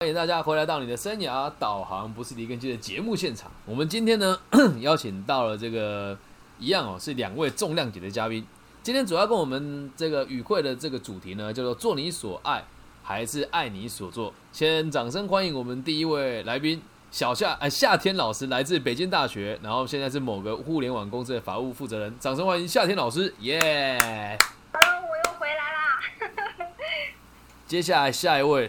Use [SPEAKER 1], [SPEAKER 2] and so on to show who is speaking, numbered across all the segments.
[SPEAKER 1] 欢迎大家回来到你的生涯导航不是离更机的节目现场。我们今天呢 邀请到了这个一样哦，是两位重量级的嘉宾。今天主要跟我们这个与会的这个主题呢，叫做做你所爱还是爱你所做。先掌声欢迎我们第一位来宾小夏，哎，夏天老师来自北京大学，然后现在是某个互联网公司的法务负责人。掌声欢迎夏天老师，耶、
[SPEAKER 2] Hello，我又回来啦！
[SPEAKER 1] 接下来下一位，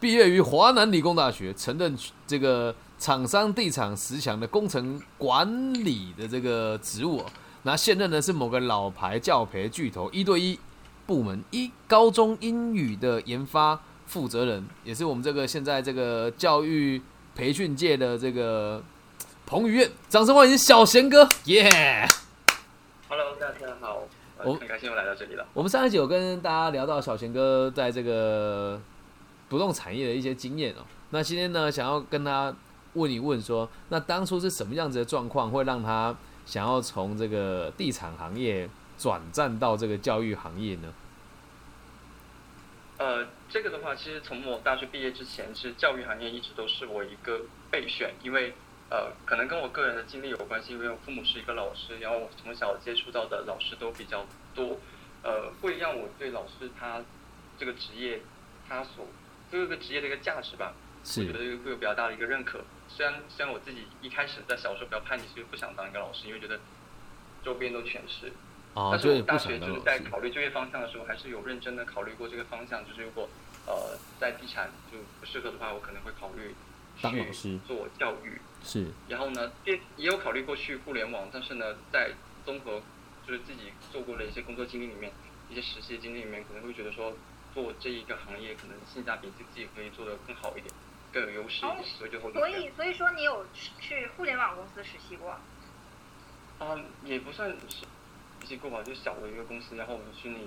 [SPEAKER 1] 毕业于华南理工大学，曾任这个厂商地产十强的工程管理的这个职务、哦，那现任呢是某个老牌教培巨头一对一部门一高中英语的研发负责人，也是我们这个现在这个教育培训界的这个呃彭于晏，掌声欢迎小贤哥，耶、
[SPEAKER 3] Hello，大家好，呃
[SPEAKER 1] 我
[SPEAKER 3] 很开心又来到这里了。
[SPEAKER 1] 我们上一集有跟大家聊到小贤哥在这个不动产业的一些经验哦。那今天呢，想要跟他问一问说，那当初是什么样子的状况，会让他想要从这个地产行业转战到这个教育行业呢？
[SPEAKER 3] 呃，这个的话，其实从我大学毕业之前，其实教育行业一直都是我一个备选，因为呃，可能跟我个人的经历有关系，因为我父母是一个老师，然后我从小接触到的老师都比较多，呃，会让我对老师他这个职业，他所这个职业的一个价值吧，我觉
[SPEAKER 1] 是
[SPEAKER 3] 得会有比较大的一个认可。虽然虽然我自己一开始在小时候比较叛逆，其实不想当一个老师，因为觉得周边都全是，
[SPEAKER 1] 啊，
[SPEAKER 3] 但是
[SPEAKER 1] 就
[SPEAKER 3] 我
[SPEAKER 1] 是
[SPEAKER 3] 大
[SPEAKER 1] 不
[SPEAKER 3] 学
[SPEAKER 1] 想
[SPEAKER 3] 就
[SPEAKER 1] 当老
[SPEAKER 3] 是在
[SPEAKER 1] 师
[SPEAKER 3] 考虑就业方向的时候，还是有认真的考虑过这个方向。就是如果呃在地产就不适合的话，我可能会考虑
[SPEAKER 1] 当老师
[SPEAKER 3] 去做教育。
[SPEAKER 1] 是
[SPEAKER 3] 然后呢，也也有考虑过去互联网，但是呢，在综合就是自己做过的一些工作经历里面，一些实习经历里面，可能会觉得说做这一个行业可能性价比自己可以做得更好一点，更有优势一点，所以最后就
[SPEAKER 2] 哦所以，所以说你有去互联网公司实习过？
[SPEAKER 3] 啊、也不算是实习过吧，就小的一个公司，然后我们去那里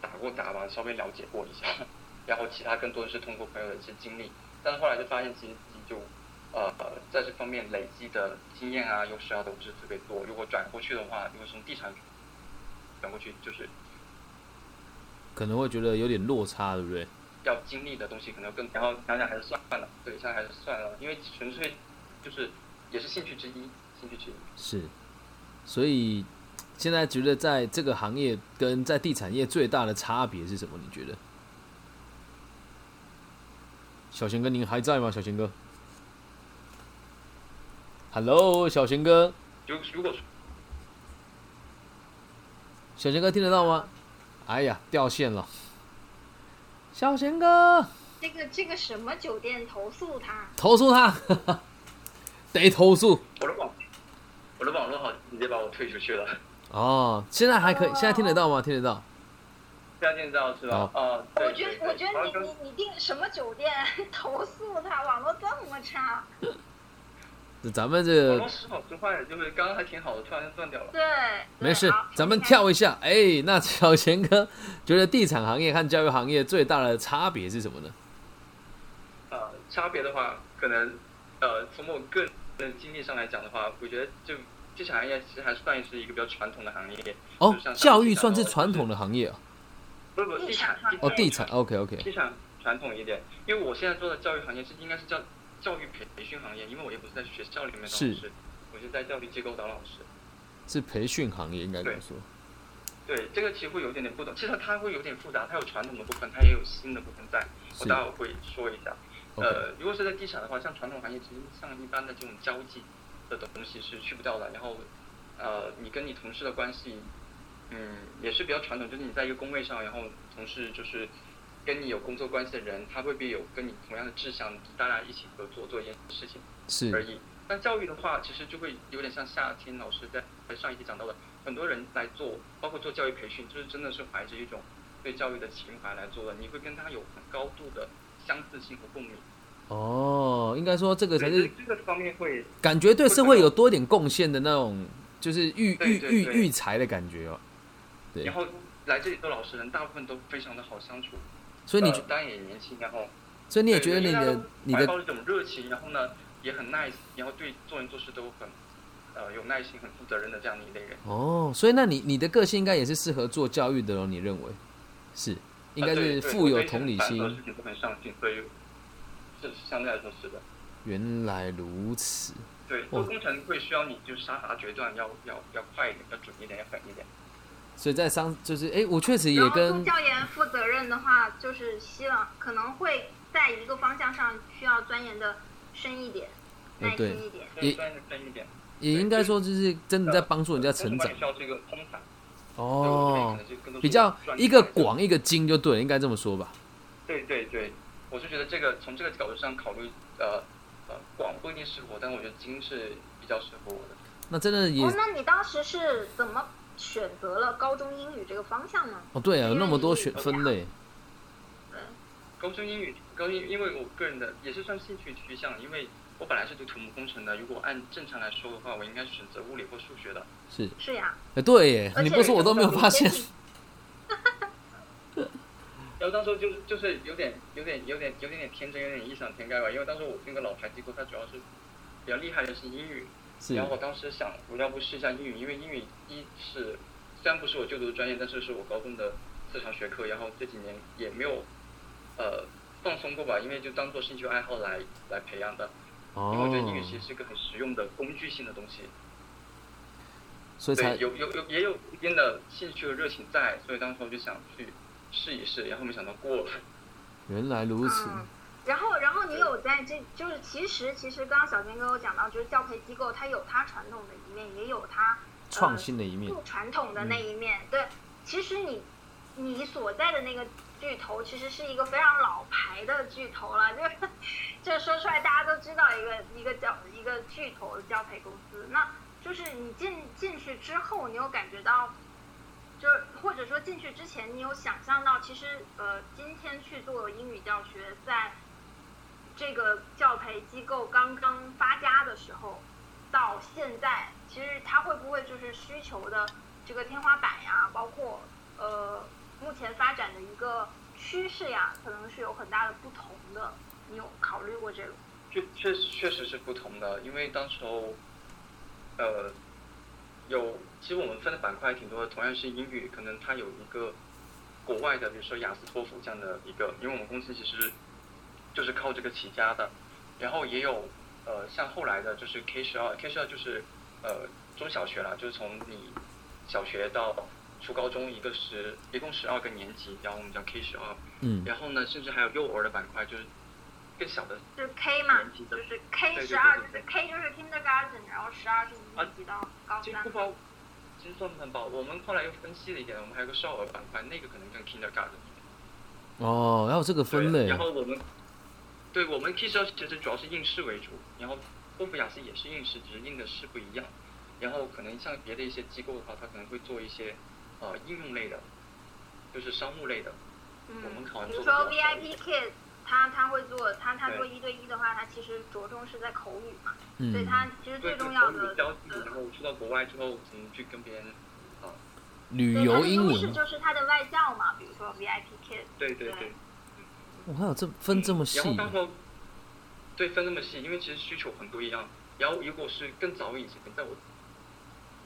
[SPEAKER 3] 打过杂吧，稍微了解过一下， 然后其他更多的是通过朋友的一些经历，但是后来就发现其实自己就呃在这方面累积的经验啊、优势啊都不是特别多，如果转过去的话，如果从地产转过去，就是
[SPEAKER 1] 可能会觉得有点落差，对不对？
[SPEAKER 3] 要经历的东西可能更，然后想想还是算了，对，现在还是算了，因为纯粹就是也是兴趣之一，兴趣之一。
[SPEAKER 1] 是，所以现在觉得在这个行业跟在地产业最大的差别是什么？你觉得？小贤哥，您还在吗？小贤哥，Hello，小贤哥，
[SPEAKER 3] 如如果说
[SPEAKER 1] 小贤哥听得到吗？哎呀，掉线了，小贤哥，
[SPEAKER 2] 这个这个什么酒店投诉他？
[SPEAKER 1] 投诉他，得投诉
[SPEAKER 3] 我的网我的网络好直接把我推出去了。
[SPEAKER 1] 哦。现在还可以，现在听得到吗？听得到。
[SPEAKER 3] 现在建造是吧？哦，对
[SPEAKER 2] 我觉得，我觉得你你你订什么酒店 投诉他？网络这么差？
[SPEAKER 1] 咱们这
[SPEAKER 3] 网
[SPEAKER 1] 个
[SPEAKER 3] 络时好时坏，就是刚刚还挺好的，突然间断掉了。
[SPEAKER 2] 对，
[SPEAKER 1] 没事
[SPEAKER 2] 对好，
[SPEAKER 1] 咱们跳一下。哎、那小贤哥觉得地产行业和教育行业最大的差别是什么呢？
[SPEAKER 3] 呃，差别的话，可能呃，从我个人的经历上来讲的话，我觉得就地产行业其实还算是一个比较传统的行业。
[SPEAKER 1] 哦
[SPEAKER 3] 就像，
[SPEAKER 1] 教育算是传统的行业啊。
[SPEAKER 3] 不不，地产
[SPEAKER 1] 哦，地产，OK OK，
[SPEAKER 3] 地产传统一点，因为我现在做的教育行业是应该是教教育培训行业，因为我也不是在学校里面当老
[SPEAKER 1] 是
[SPEAKER 3] 师，我是在教育机构当老师。
[SPEAKER 1] 是培训行业应该这么说。
[SPEAKER 3] 对，这个其实会有一点点不同，其实它会有点复杂，它有传统的部分，它也有新的部分在。
[SPEAKER 1] 是
[SPEAKER 3] 我待会儿会说一下。
[SPEAKER 1] ，OK，
[SPEAKER 3] 呃，如果是在地产的话，像传统行业，其实像一般的这种交际的东西是去不掉的。然后，呃，你跟你同事的关系，嗯，也是比较传统，就是你在一个工位上，然后同事就是跟你有工作关系的人，他未必有跟你同样的志向，大家一起合作做一件事情而
[SPEAKER 1] 是
[SPEAKER 3] 已。但教育的话，其实就会有点像夏天老师在上一期讲到的，很多人来做，包括做教育培训，就是真的是怀着一种对教育的情怀来做的，你会跟他有很高度的相似性和共鸣。
[SPEAKER 1] 哦，应该说这个才
[SPEAKER 3] 对
[SPEAKER 1] 是
[SPEAKER 3] 这个方面会，
[SPEAKER 1] 感觉对社会有多点贡献的那种，就是育
[SPEAKER 3] 对
[SPEAKER 1] 育
[SPEAKER 3] 对
[SPEAKER 1] 育
[SPEAKER 3] 对
[SPEAKER 1] 育才的感觉哦。对
[SPEAKER 3] 然，后来这里做老师的人，大部分都非常的好相处，
[SPEAKER 1] 所以你
[SPEAKER 3] 呃，当然也年轻，然后
[SPEAKER 1] 所以你也觉得
[SPEAKER 3] 对
[SPEAKER 1] 你
[SPEAKER 3] 因为大家
[SPEAKER 1] 的
[SPEAKER 3] 都
[SPEAKER 1] 你
[SPEAKER 3] 怀
[SPEAKER 1] 的
[SPEAKER 3] 抱着这种热情，然后呢也很 nice，然后对做人做事都很呃有耐心、很负责任的这样的一类人。
[SPEAKER 1] 哦，所以那你你的个性应该也是适合做教育的哦，你认为是？应该
[SPEAKER 3] 呃对
[SPEAKER 1] 是
[SPEAKER 3] 对
[SPEAKER 1] 富
[SPEAKER 3] 我
[SPEAKER 1] 有
[SPEAKER 3] 对
[SPEAKER 1] 同理
[SPEAKER 3] 很多
[SPEAKER 1] 心
[SPEAKER 3] 事情都很上进，所以是相对来说是的。
[SPEAKER 1] 原来如此，
[SPEAKER 3] 对，
[SPEAKER 1] 哇
[SPEAKER 3] 做工程会需要你就是杀伐决断，要要要快一点，要准一点，要狠一点。
[SPEAKER 1] 所以在商就是哎，我确实也
[SPEAKER 2] 然后做
[SPEAKER 1] 跟
[SPEAKER 2] 教研负责任的话，就是希望可能会在一个方向上需要钻研的深一点，
[SPEAKER 1] 呃
[SPEAKER 2] 耐
[SPEAKER 1] 对
[SPEAKER 2] 心一点。
[SPEAKER 1] 也
[SPEAKER 3] 对，专业深一点。
[SPEAKER 1] 也应该说就是真的在帮助人家成长
[SPEAKER 3] 需要这个通感。所以我这
[SPEAKER 1] 哦，
[SPEAKER 3] 边可能就更多
[SPEAKER 1] 比较
[SPEAKER 3] 专业
[SPEAKER 1] 一个
[SPEAKER 3] 的
[SPEAKER 1] 广一个精就对了，应该这么说吧？
[SPEAKER 3] 对对对，我是觉得这个从这个角度上考虑，呃呃，广不一定适合我，但我觉得精是比较适合我的。
[SPEAKER 1] 那真的也
[SPEAKER 2] 哦，那你当时是怎么选择了高中英语这个方向呢？
[SPEAKER 1] 哦对啊，有那么多选
[SPEAKER 2] 因为
[SPEAKER 1] 分类，
[SPEAKER 3] 高中英语，高英，因为我个人的也是算兴趣趋向，因为我本来是读土木工程的，如果按正常来说的话，我应该选择物理或数学的。
[SPEAKER 1] 是
[SPEAKER 2] 是呀，
[SPEAKER 1] 哎对耶，
[SPEAKER 2] 而
[SPEAKER 1] 你
[SPEAKER 2] 且
[SPEAKER 1] 不说我都没有发现，
[SPEAKER 3] 然后当时就是就是有点有点有点有点点天真，有点异想天开吧，因为当时我那个老牌机构，它主要是比较厉害的是英语，
[SPEAKER 1] 是
[SPEAKER 3] 然后我当时想，我要不试一下英语，因为英语一是虽然不是我就读的专业，但是是我高中的特长学科，然后这几年也没有呃放松过吧，因为就当做兴趣爱好来来培养的。因为我觉得英语其
[SPEAKER 1] 哦，
[SPEAKER 3] 实是一个很实用的工具性的东西，
[SPEAKER 1] 所以
[SPEAKER 3] 对，
[SPEAKER 1] 才
[SPEAKER 3] 有有有也有一定的兴趣和热情在，所以当时我就想去试一试，然后没想到过了。
[SPEAKER 1] 原来如此，
[SPEAKER 2] 嗯然后，然后你有在这就是其实其实刚刚小天跟我讲到，就是教培机构它有它传统的一面，也有它
[SPEAKER 1] 创新的一面
[SPEAKER 2] 不传统的那一面。对，其实你你所在的那个巨头其实是一个非常老牌的巨头了，就是这说出来大家都知道一个一个教一个巨头的教培公司。那就是你进进去之后，你有感觉到，就是或者说进去之前，你有想象到，其实呃，今天去做英语教学，在这个教培机构刚刚发家的时候，到现在，其实它会不会就是需求的这个天花板呀，包括呃目前发展的一个趋势呀，可能是有很大的不同的。你有考虑过这个？
[SPEAKER 3] 确确实确实是不同的，因为当时候，呃，有其实我们分的板块挺多的，同样是英语，可能它有一个国外的，比如说雅思、托福这样的一个，因为我们公司其实就是靠这个起家的，然后也有呃像后来的就是 K 十二，K 十二就是呃中小学啦，就是从你小学到初高中一个十一共十二个年级，然后我们叫 K 十二，
[SPEAKER 1] 嗯，
[SPEAKER 3] 然后呢甚至还有幼儿的板块，就是更小的
[SPEAKER 2] 就是 K 嘛
[SPEAKER 3] 年级，的
[SPEAKER 2] 就是 K
[SPEAKER 3] 对对
[SPEAKER 2] 十二，就
[SPEAKER 3] 对
[SPEAKER 2] 是 K 就是 kindergarten，然后十二是一年级到高
[SPEAKER 3] 其实
[SPEAKER 2] 三
[SPEAKER 3] 不。包，其实算不算包？我们后来又分析了一点，我们还有个少儿板块，那个可能更 kindergarten 一点。
[SPEAKER 1] 哦，还有这个分
[SPEAKER 3] 对
[SPEAKER 1] 类
[SPEAKER 3] 然，后我们，对我们 K 十二其实主要是应试为主，然后托福雅思也是应试，只是应的试不一样。然后可能像别的一些机构的话，它可能会做一些呃应用类的，就是商务类的。我们
[SPEAKER 2] 嗯，
[SPEAKER 3] 考完
[SPEAKER 2] 比如
[SPEAKER 3] 做
[SPEAKER 2] 说
[SPEAKER 3] 的比较少一
[SPEAKER 2] VIP Kids，他他会做，他他
[SPEAKER 3] 对
[SPEAKER 2] 做一对一的话，他其实着重是在口语嘛，所以
[SPEAKER 1] 嗯，
[SPEAKER 2] 他其实
[SPEAKER 3] 对，
[SPEAKER 2] 最
[SPEAKER 3] 就
[SPEAKER 2] 重
[SPEAKER 3] 是
[SPEAKER 2] 要
[SPEAKER 3] 口语
[SPEAKER 2] 的
[SPEAKER 3] 交际，
[SPEAKER 2] 呃
[SPEAKER 3] 然后去到国外之后怎么去跟别人啊、
[SPEAKER 1] 旅
[SPEAKER 2] 对它
[SPEAKER 1] 游
[SPEAKER 2] 的
[SPEAKER 1] 英
[SPEAKER 2] 优势
[SPEAKER 1] 文，
[SPEAKER 2] 就是它的外教嘛，比如说 VIP Kids，
[SPEAKER 3] 对对
[SPEAKER 2] 对
[SPEAKER 3] 对。
[SPEAKER 1] 我还有这分这么细
[SPEAKER 3] 嗯然后到时候，对，分那么细，因为其实需求很不一样。然后如果是更早以前，在我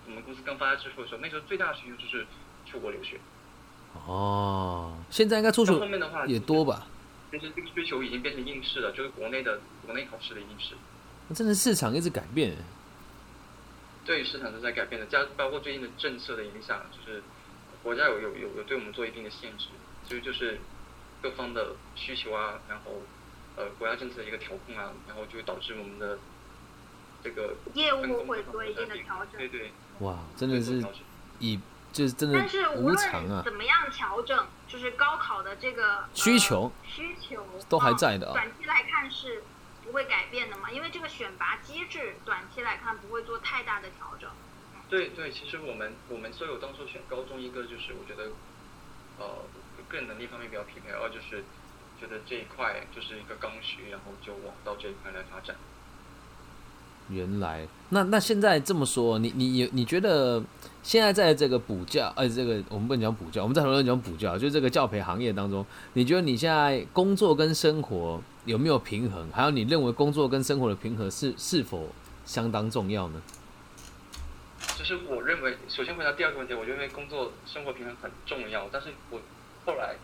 [SPEAKER 3] 我们公司刚发家致富的时候，那时候最大的需求就是出国留学。
[SPEAKER 1] 哦，现在应该出去
[SPEAKER 3] 到后面的话，
[SPEAKER 1] 也多吧？
[SPEAKER 3] 其实这个需求已经变成应试了，就是国内的国内考试的应试。
[SPEAKER 1] 真的市场一直改变，
[SPEAKER 3] 对市场都在改变的，加包括最近的政策的影响，就是国家有有有有对我们做一定的限制，所以就是各方的需求啊，然后呃国家政策的一个调控啊，然后就导致我们的这个
[SPEAKER 2] 业
[SPEAKER 3] 分
[SPEAKER 2] 务
[SPEAKER 3] 工
[SPEAKER 2] 会
[SPEAKER 3] 各方
[SPEAKER 2] 做
[SPEAKER 3] 面
[SPEAKER 2] 一定的
[SPEAKER 3] 变
[SPEAKER 2] 调
[SPEAKER 3] 化对
[SPEAKER 2] 整。
[SPEAKER 3] 对，
[SPEAKER 1] 哇，真的
[SPEAKER 3] 会
[SPEAKER 1] 是
[SPEAKER 3] 做调整
[SPEAKER 1] 以就是真的
[SPEAKER 2] 但是无
[SPEAKER 1] 无常
[SPEAKER 2] 论
[SPEAKER 1] 啊，
[SPEAKER 2] 怎么样调整，就是高考的这个呃
[SPEAKER 1] 需求
[SPEAKER 2] 需求
[SPEAKER 1] 都还
[SPEAKER 2] 啊
[SPEAKER 1] 在的啊
[SPEAKER 2] 短期来看是不会改变的嘛，因为这个选拔机制短期来看不会做太大的调整。
[SPEAKER 3] 对对，其实我们我们所有当初选高中，一个就是我觉得，呃，个人能力方面比较匹配，二就是觉得这一块就是一个刚需，然后就往到这一块来发展。
[SPEAKER 1] 原来那那现在这么说，你你你觉得现在在这个补教，呃，这个我们不能讲补教，我们在讨论讲补教，就是这个教培行业当中，你觉得你现在工作跟生活有没有平衡？还有你认为工作跟生活的平衡是是否相当重要呢？
[SPEAKER 3] 就是我认为，首先回答第二个问题，我认为工作生活平衡很重要，但是我后来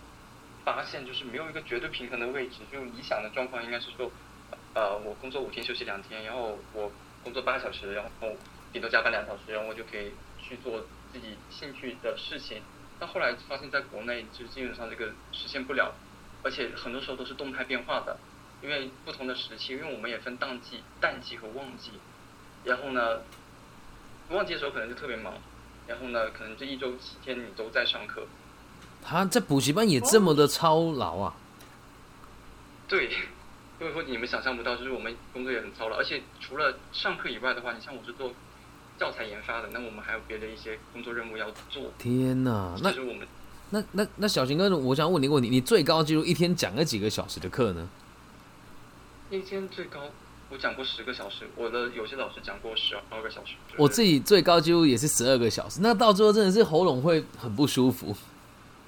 [SPEAKER 3] 发现就是没有一个绝对平衡的位置，就理想的状况应该是说，呃，我工作五天休息两天，然后我工作八个小时，然后顶多加班两小时，然后我就可以去做自己兴趣的事情。但后来发现，在国内就基本上这个实现不了，而且很多时候都是动态变化的，因为不同的时期，因为我们也分淡季、淡季和旺季。然后呢，旺季的时候可能就特别忙，然后呢，可能这一周七天你都在上课。
[SPEAKER 1] 他在补习班也这么的操劳啊？
[SPEAKER 3] 对， 因为或者你们想象不到，就是我们工作也很操劳，而且除了上课以外的话，你像我是做教材研发的，那我们还有别的一些工作任务要做。
[SPEAKER 1] 天哪，啊那
[SPEAKER 3] 就是我们
[SPEAKER 1] 那那那小邢哥，我想问你一个问题，你最高纪录一天讲了几个小时的课呢？
[SPEAKER 3] 一天最高我讲过十个小时，我的有些老师讲过十二个小时。就是
[SPEAKER 1] 我自己最高纪录也是十二个小时，那到最后真的是喉咙会很不舒服。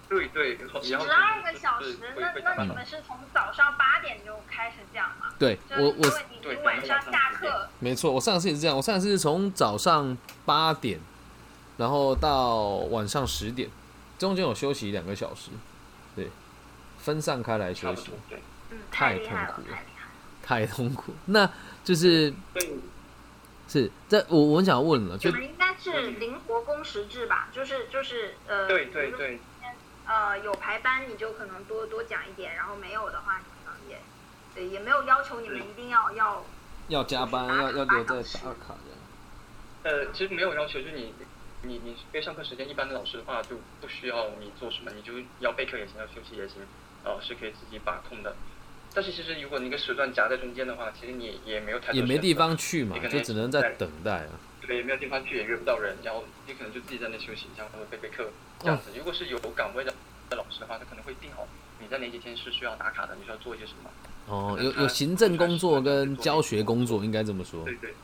[SPEAKER 3] 对对，
[SPEAKER 2] 十
[SPEAKER 3] 然后
[SPEAKER 2] 二个小时，
[SPEAKER 3] 会
[SPEAKER 2] 那
[SPEAKER 3] 会打
[SPEAKER 2] 那
[SPEAKER 3] 扮
[SPEAKER 2] 你们是从早上八点就开始讲吗？
[SPEAKER 1] 对
[SPEAKER 2] 就
[SPEAKER 1] 我
[SPEAKER 2] 是
[SPEAKER 1] 我
[SPEAKER 2] 因为你你晚上下课，
[SPEAKER 1] 没错，我上次也是这样，我上次是从早上八点，然后到晚上十点，中间有休息两个小时，对，分散开来
[SPEAKER 3] 差
[SPEAKER 1] 休
[SPEAKER 3] 不
[SPEAKER 1] 息
[SPEAKER 3] 多，对。
[SPEAKER 2] 嗯，
[SPEAKER 1] 太
[SPEAKER 2] 厉害
[SPEAKER 1] 痛
[SPEAKER 2] 了
[SPEAKER 1] 苦，了
[SPEAKER 2] 太厉害了。
[SPEAKER 1] 太痛苦。那就是
[SPEAKER 3] 对，
[SPEAKER 1] 是这我我想问了，
[SPEAKER 2] 你
[SPEAKER 1] 就
[SPEAKER 2] 们应该是灵活工时制吧？就是就是呃，
[SPEAKER 3] 对对
[SPEAKER 2] 比如
[SPEAKER 3] 对，
[SPEAKER 2] 呃，有排班你就可能多多讲一点，然后没有的话，你可能也对也没有要求你们一定要要
[SPEAKER 1] 要加班，要要留在打卡这样。
[SPEAKER 3] 呃，其实没有要求，就是你你你非上课时间一般的老师的话，就不需要你做什么，你就要备课也行，要休息也行，呃，是可以自己把控的。但是其实如果你跟时段夹在中间的话，其实你也没有太多
[SPEAKER 1] 也没
[SPEAKER 3] 选择
[SPEAKER 1] 地方去嘛
[SPEAKER 3] 你可，能
[SPEAKER 1] 就只能在等待啊。
[SPEAKER 3] 对，也没有地方去，也约不到人，然后你可能就自己在那休息一下，或者备备课这样
[SPEAKER 1] 哦
[SPEAKER 3] 子。如果是有岗位的老师的话，他可能会定好你在哪几天是需要打卡的，你需要做一些什么。
[SPEAKER 1] 哦，有有行政工作跟教学工作，应该这么说。
[SPEAKER 3] 对对，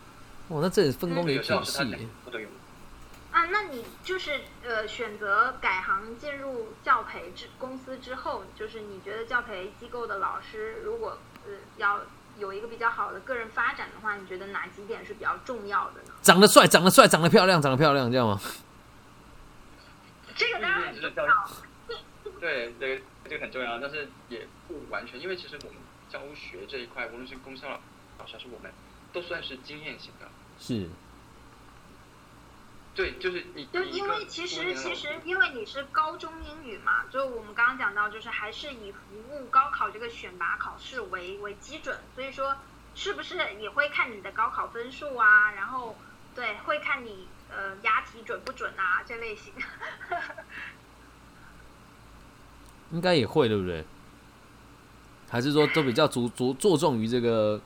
[SPEAKER 1] 哇，那这分工
[SPEAKER 3] 对
[SPEAKER 1] 也
[SPEAKER 3] 有些
[SPEAKER 1] 挺
[SPEAKER 3] 老师
[SPEAKER 1] 细
[SPEAKER 3] 他
[SPEAKER 1] 耶
[SPEAKER 3] 讲不都有。
[SPEAKER 2] 啊，那你就是呃选择改行进入教培之公司之后，就是你觉得教培机构的老师如果呃要有一个比较好的个人发展的话，你觉得哪几点是比较重要的呢？
[SPEAKER 1] 长得帅，长得帅，长得漂亮，长得漂亮，这样吗？
[SPEAKER 2] 这个嗯当然很重要。
[SPEAKER 3] 对，这个这个很重要，但是也不完全，因为其实我们教学这一块，无论是公校老老师还是我们，都算是经验型的。
[SPEAKER 1] 是，
[SPEAKER 3] 对，就是你
[SPEAKER 2] 就
[SPEAKER 3] 你一
[SPEAKER 2] 因
[SPEAKER 3] 个
[SPEAKER 2] 为其
[SPEAKER 3] 多
[SPEAKER 2] 实
[SPEAKER 3] 年的
[SPEAKER 2] 其
[SPEAKER 3] 老
[SPEAKER 2] 实因为你是高中英语嘛，就我们刚刚讲到，就是还是以服务高考这个选拔考试为为基准，所以说是不是也会看你的高考分数啊，然后对会看你呃押题准不准啊这类型。
[SPEAKER 1] 应该也会，对不对？还是说都比较着着着重于这个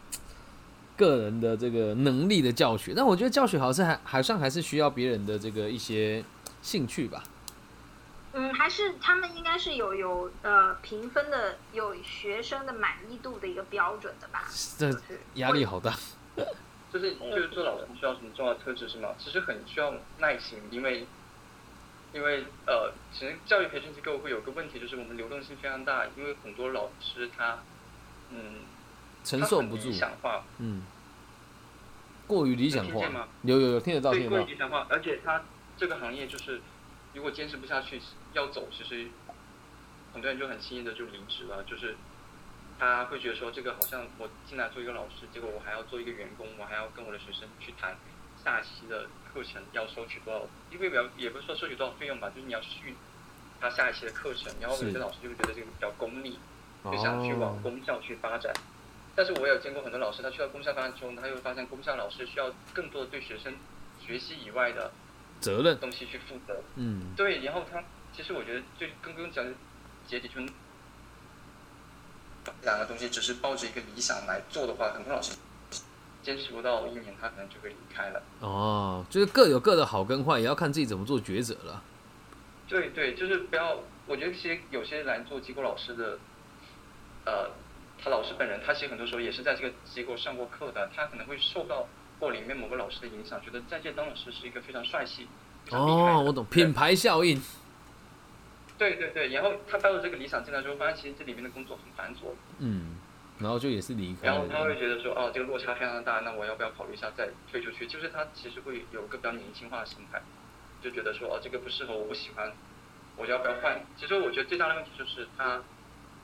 [SPEAKER 1] 个人的这个能力的教学？但我觉得教学好像还好像还是需要别人的这个一些兴趣吧。
[SPEAKER 2] 嗯，还是他们应该是有有呃评分的有学生的满意度的一个标准的吧？
[SPEAKER 1] 这
[SPEAKER 2] 就是
[SPEAKER 1] 压力好大，
[SPEAKER 3] 就是就是做老师需要什么重要特质是吗？其实很需要耐心，因为因为呃，其实教育培训机构会有个问题，就是我们流动性非常大，因为很多老师他嗯，
[SPEAKER 1] 承
[SPEAKER 3] 他
[SPEAKER 1] 受
[SPEAKER 3] 很
[SPEAKER 1] 不住
[SPEAKER 3] 理，想化，
[SPEAKER 1] 嗯，过于理想
[SPEAKER 3] 能
[SPEAKER 1] 化
[SPEAKER 3] 听见吗。
[SPEAKER 1] 有有有听得到，
[SPEAKER 3] 对，
[SPEAKER 1] 听
[SPEAKER 3] 过
[SPEAKER 1] 得
[SPEAKER 3] 于
[SPEAKER 1] 到，
[SPEAKER 3] 理想化，而且他这个行业就是，如果坚持不下去要走，其实很多人就很轻易的就离职了，就是他会觉得说，这个好像我进来做一个老师，结果我还要做一个员工，我还要跟我的学生去谈下一期的课程要收取多少，因为也也不是说收取多少费用吧，就是你要去他下一期的课程，然后有
[SPEAKER 1] 是
[SPEAKER 3] 些老师就会觉得这个比较功利，就想去往
[SPEAKER 1] 哦，
[SPEAKER 3] 公校去发展。但是我有见过很多老师，他去到公校发展之后，他又发现公校老师需要更多的对学生学习以外的
[SPEAKER 1] 责任，
[SPEAKER 3] 东西去负责。
[SPEAKER 1] 嗯，
[SPEAKER 3] 对，然后他其实我觉得最跟跟讲结底就是两个东西，只是抱着一个理想来做的话，很多老师坚持不到一年，他可能就会离开了。
[SPEAKER 1] 哦，就是各有各的好跟坏，也要看自己怎么做抉择了。
[SPEAKER 3] 对对，就是不要，我觉得其实有些来做机构老师的，呃，他老师本人，他其实很多时候也是在这个机构上过课的，他可能会受到过里面某个老师的影响，觉得在这当老师是一个非常帅气、非常厉害的
[SPEAKER 1] 哦，我懂，品牌效应，
[SPEAKER 3] 对对对，然后他抱着这个理想进来之后，发现其实这里面的工作很繁琐，
[SPEAKER 1] 嗯，然后就也是离开
[SPEAKER 3] 然
[SPEAKER 1] 了
[SPEAKER 3] 后
[SPEAKER 1] 这
[SPEAKER 3] 他
[SPEAKER 1] 样。
[SPEAKER 3] 会觉得说，哦，这个落差非常的大，那我要不要考虑一下再退出去？就是他其实会有一个比较年轻化的心态，就觉得说，哦，这个不适合我，不喜欢，我要不要换？其实我觉得最大的问题就是他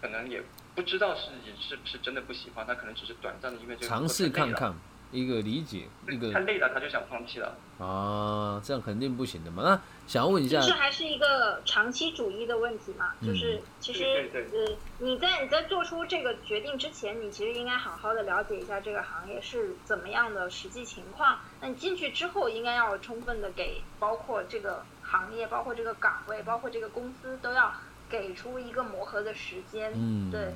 [SPEAKER 3] 可能也不知道是也是不是真的不喜欢，他可能只是短暂的因为这个
[SPEAKER 1] 尝试看看，一个理解，一个
[SPEAKER 3] 他累了他就想放弃了。
[SPEAKER 1] 啊，这样肯定不行的嘛。那想问一下
[SPEAKER 2] 就，是还是一个长期主义的问题嘛，
[SPEAKER 1] 嗯
[SPEAKER 2] 就是其实
[SPEAKER 3] 对对
[SPEAKER 2] 呃，你在你在做出这个决定之前，你其实应该好好的了解一下这个行业是怎么样的实际情况。那你进去之后，应该要有充分的给包括这个行业、包括这个岗位、包括这个公司都要给出一个磨合的时间。
[SPEAKER 1] 嗯，
[SPEAKER 2] 对，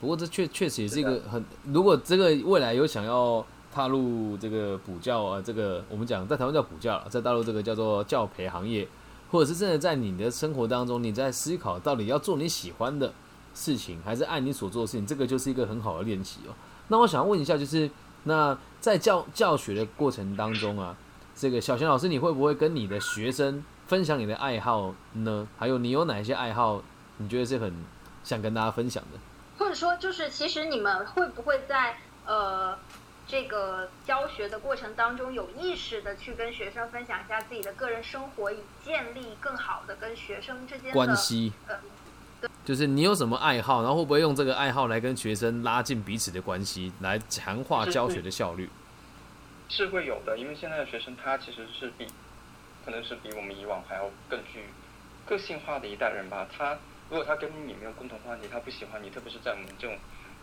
[SPEAKER 1] 不过这确确实也是一
[SPEAKER 3] 是
[SPEAKER 1] 个很，如果这个未来有想要踏入这个补教啊，这个我们讲在台湾叫补教，在大陆这个叫做教培行业，或者是真的在你的生活当中，你在思考到底要做你喜欢的事情，还是爱你所做的事情，这个就是一个很好的练习哦。那我想问一下，就是那在教教学的过程当中啊，这个小贤老师，你会不会跟你的学生分享你的爱好呢？还有你有哪些爱好，你觉得是很想跟大家分享的？
[SPEAKER 2] 或者说就是其实你们会不会在呃这个教学的过程当中有意识的去跟学生分享一下自己的个人生活，以建立更好的跟学生之间的
[SPEAKER 1] 关系
[SPEAKER 2] 呃，
[SPEAKER 1] 就是你有什么爱好，然后会不会用这个爱好来跟学生拉近彼此的关系，来强化教学的效率？
[SPEAKER 3] 是会有的，因为现在的学生他其实是比，可能是比我们以往还要更具个性化的一代人吧。他如果他跟你没有共同话题，他不喜欢你，特别是在我们这种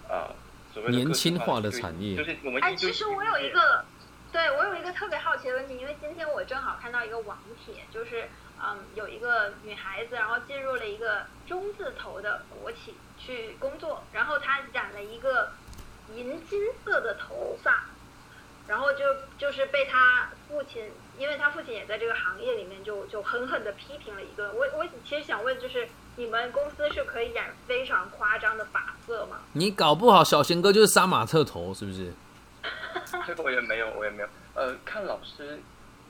[SPEAKER 3] 呃所谓的
[SPEAKER 1] 年轻化的
[SPEAKER 3] 个性
[SPEAKER 1] 产业
[SPEAKER 3] 就是我们
[SPEAKER 2] 哎，
[SPEAKER 3] 一就
[SPEAKER 2] 其实我有一个，对我有一个特别好奇的问题，因为今天我正好看到一个网帖，就是嗯，有一个女孩子，然后进入了一个中字头的国企去工作，然后她染了一个银金色的头发，然后就就是被她父亲，因为她父亲也在这个行业里面就，就狠狠的批评了一顿。我我其实想问，就是你们公司是可以染非常夸张的发色吗？
[SPEAKER 1] 你搞不好小贤哥就是杀马特头，是不是？
[SPEAKER 3] 这个我也没有，我也没有。呃，看老师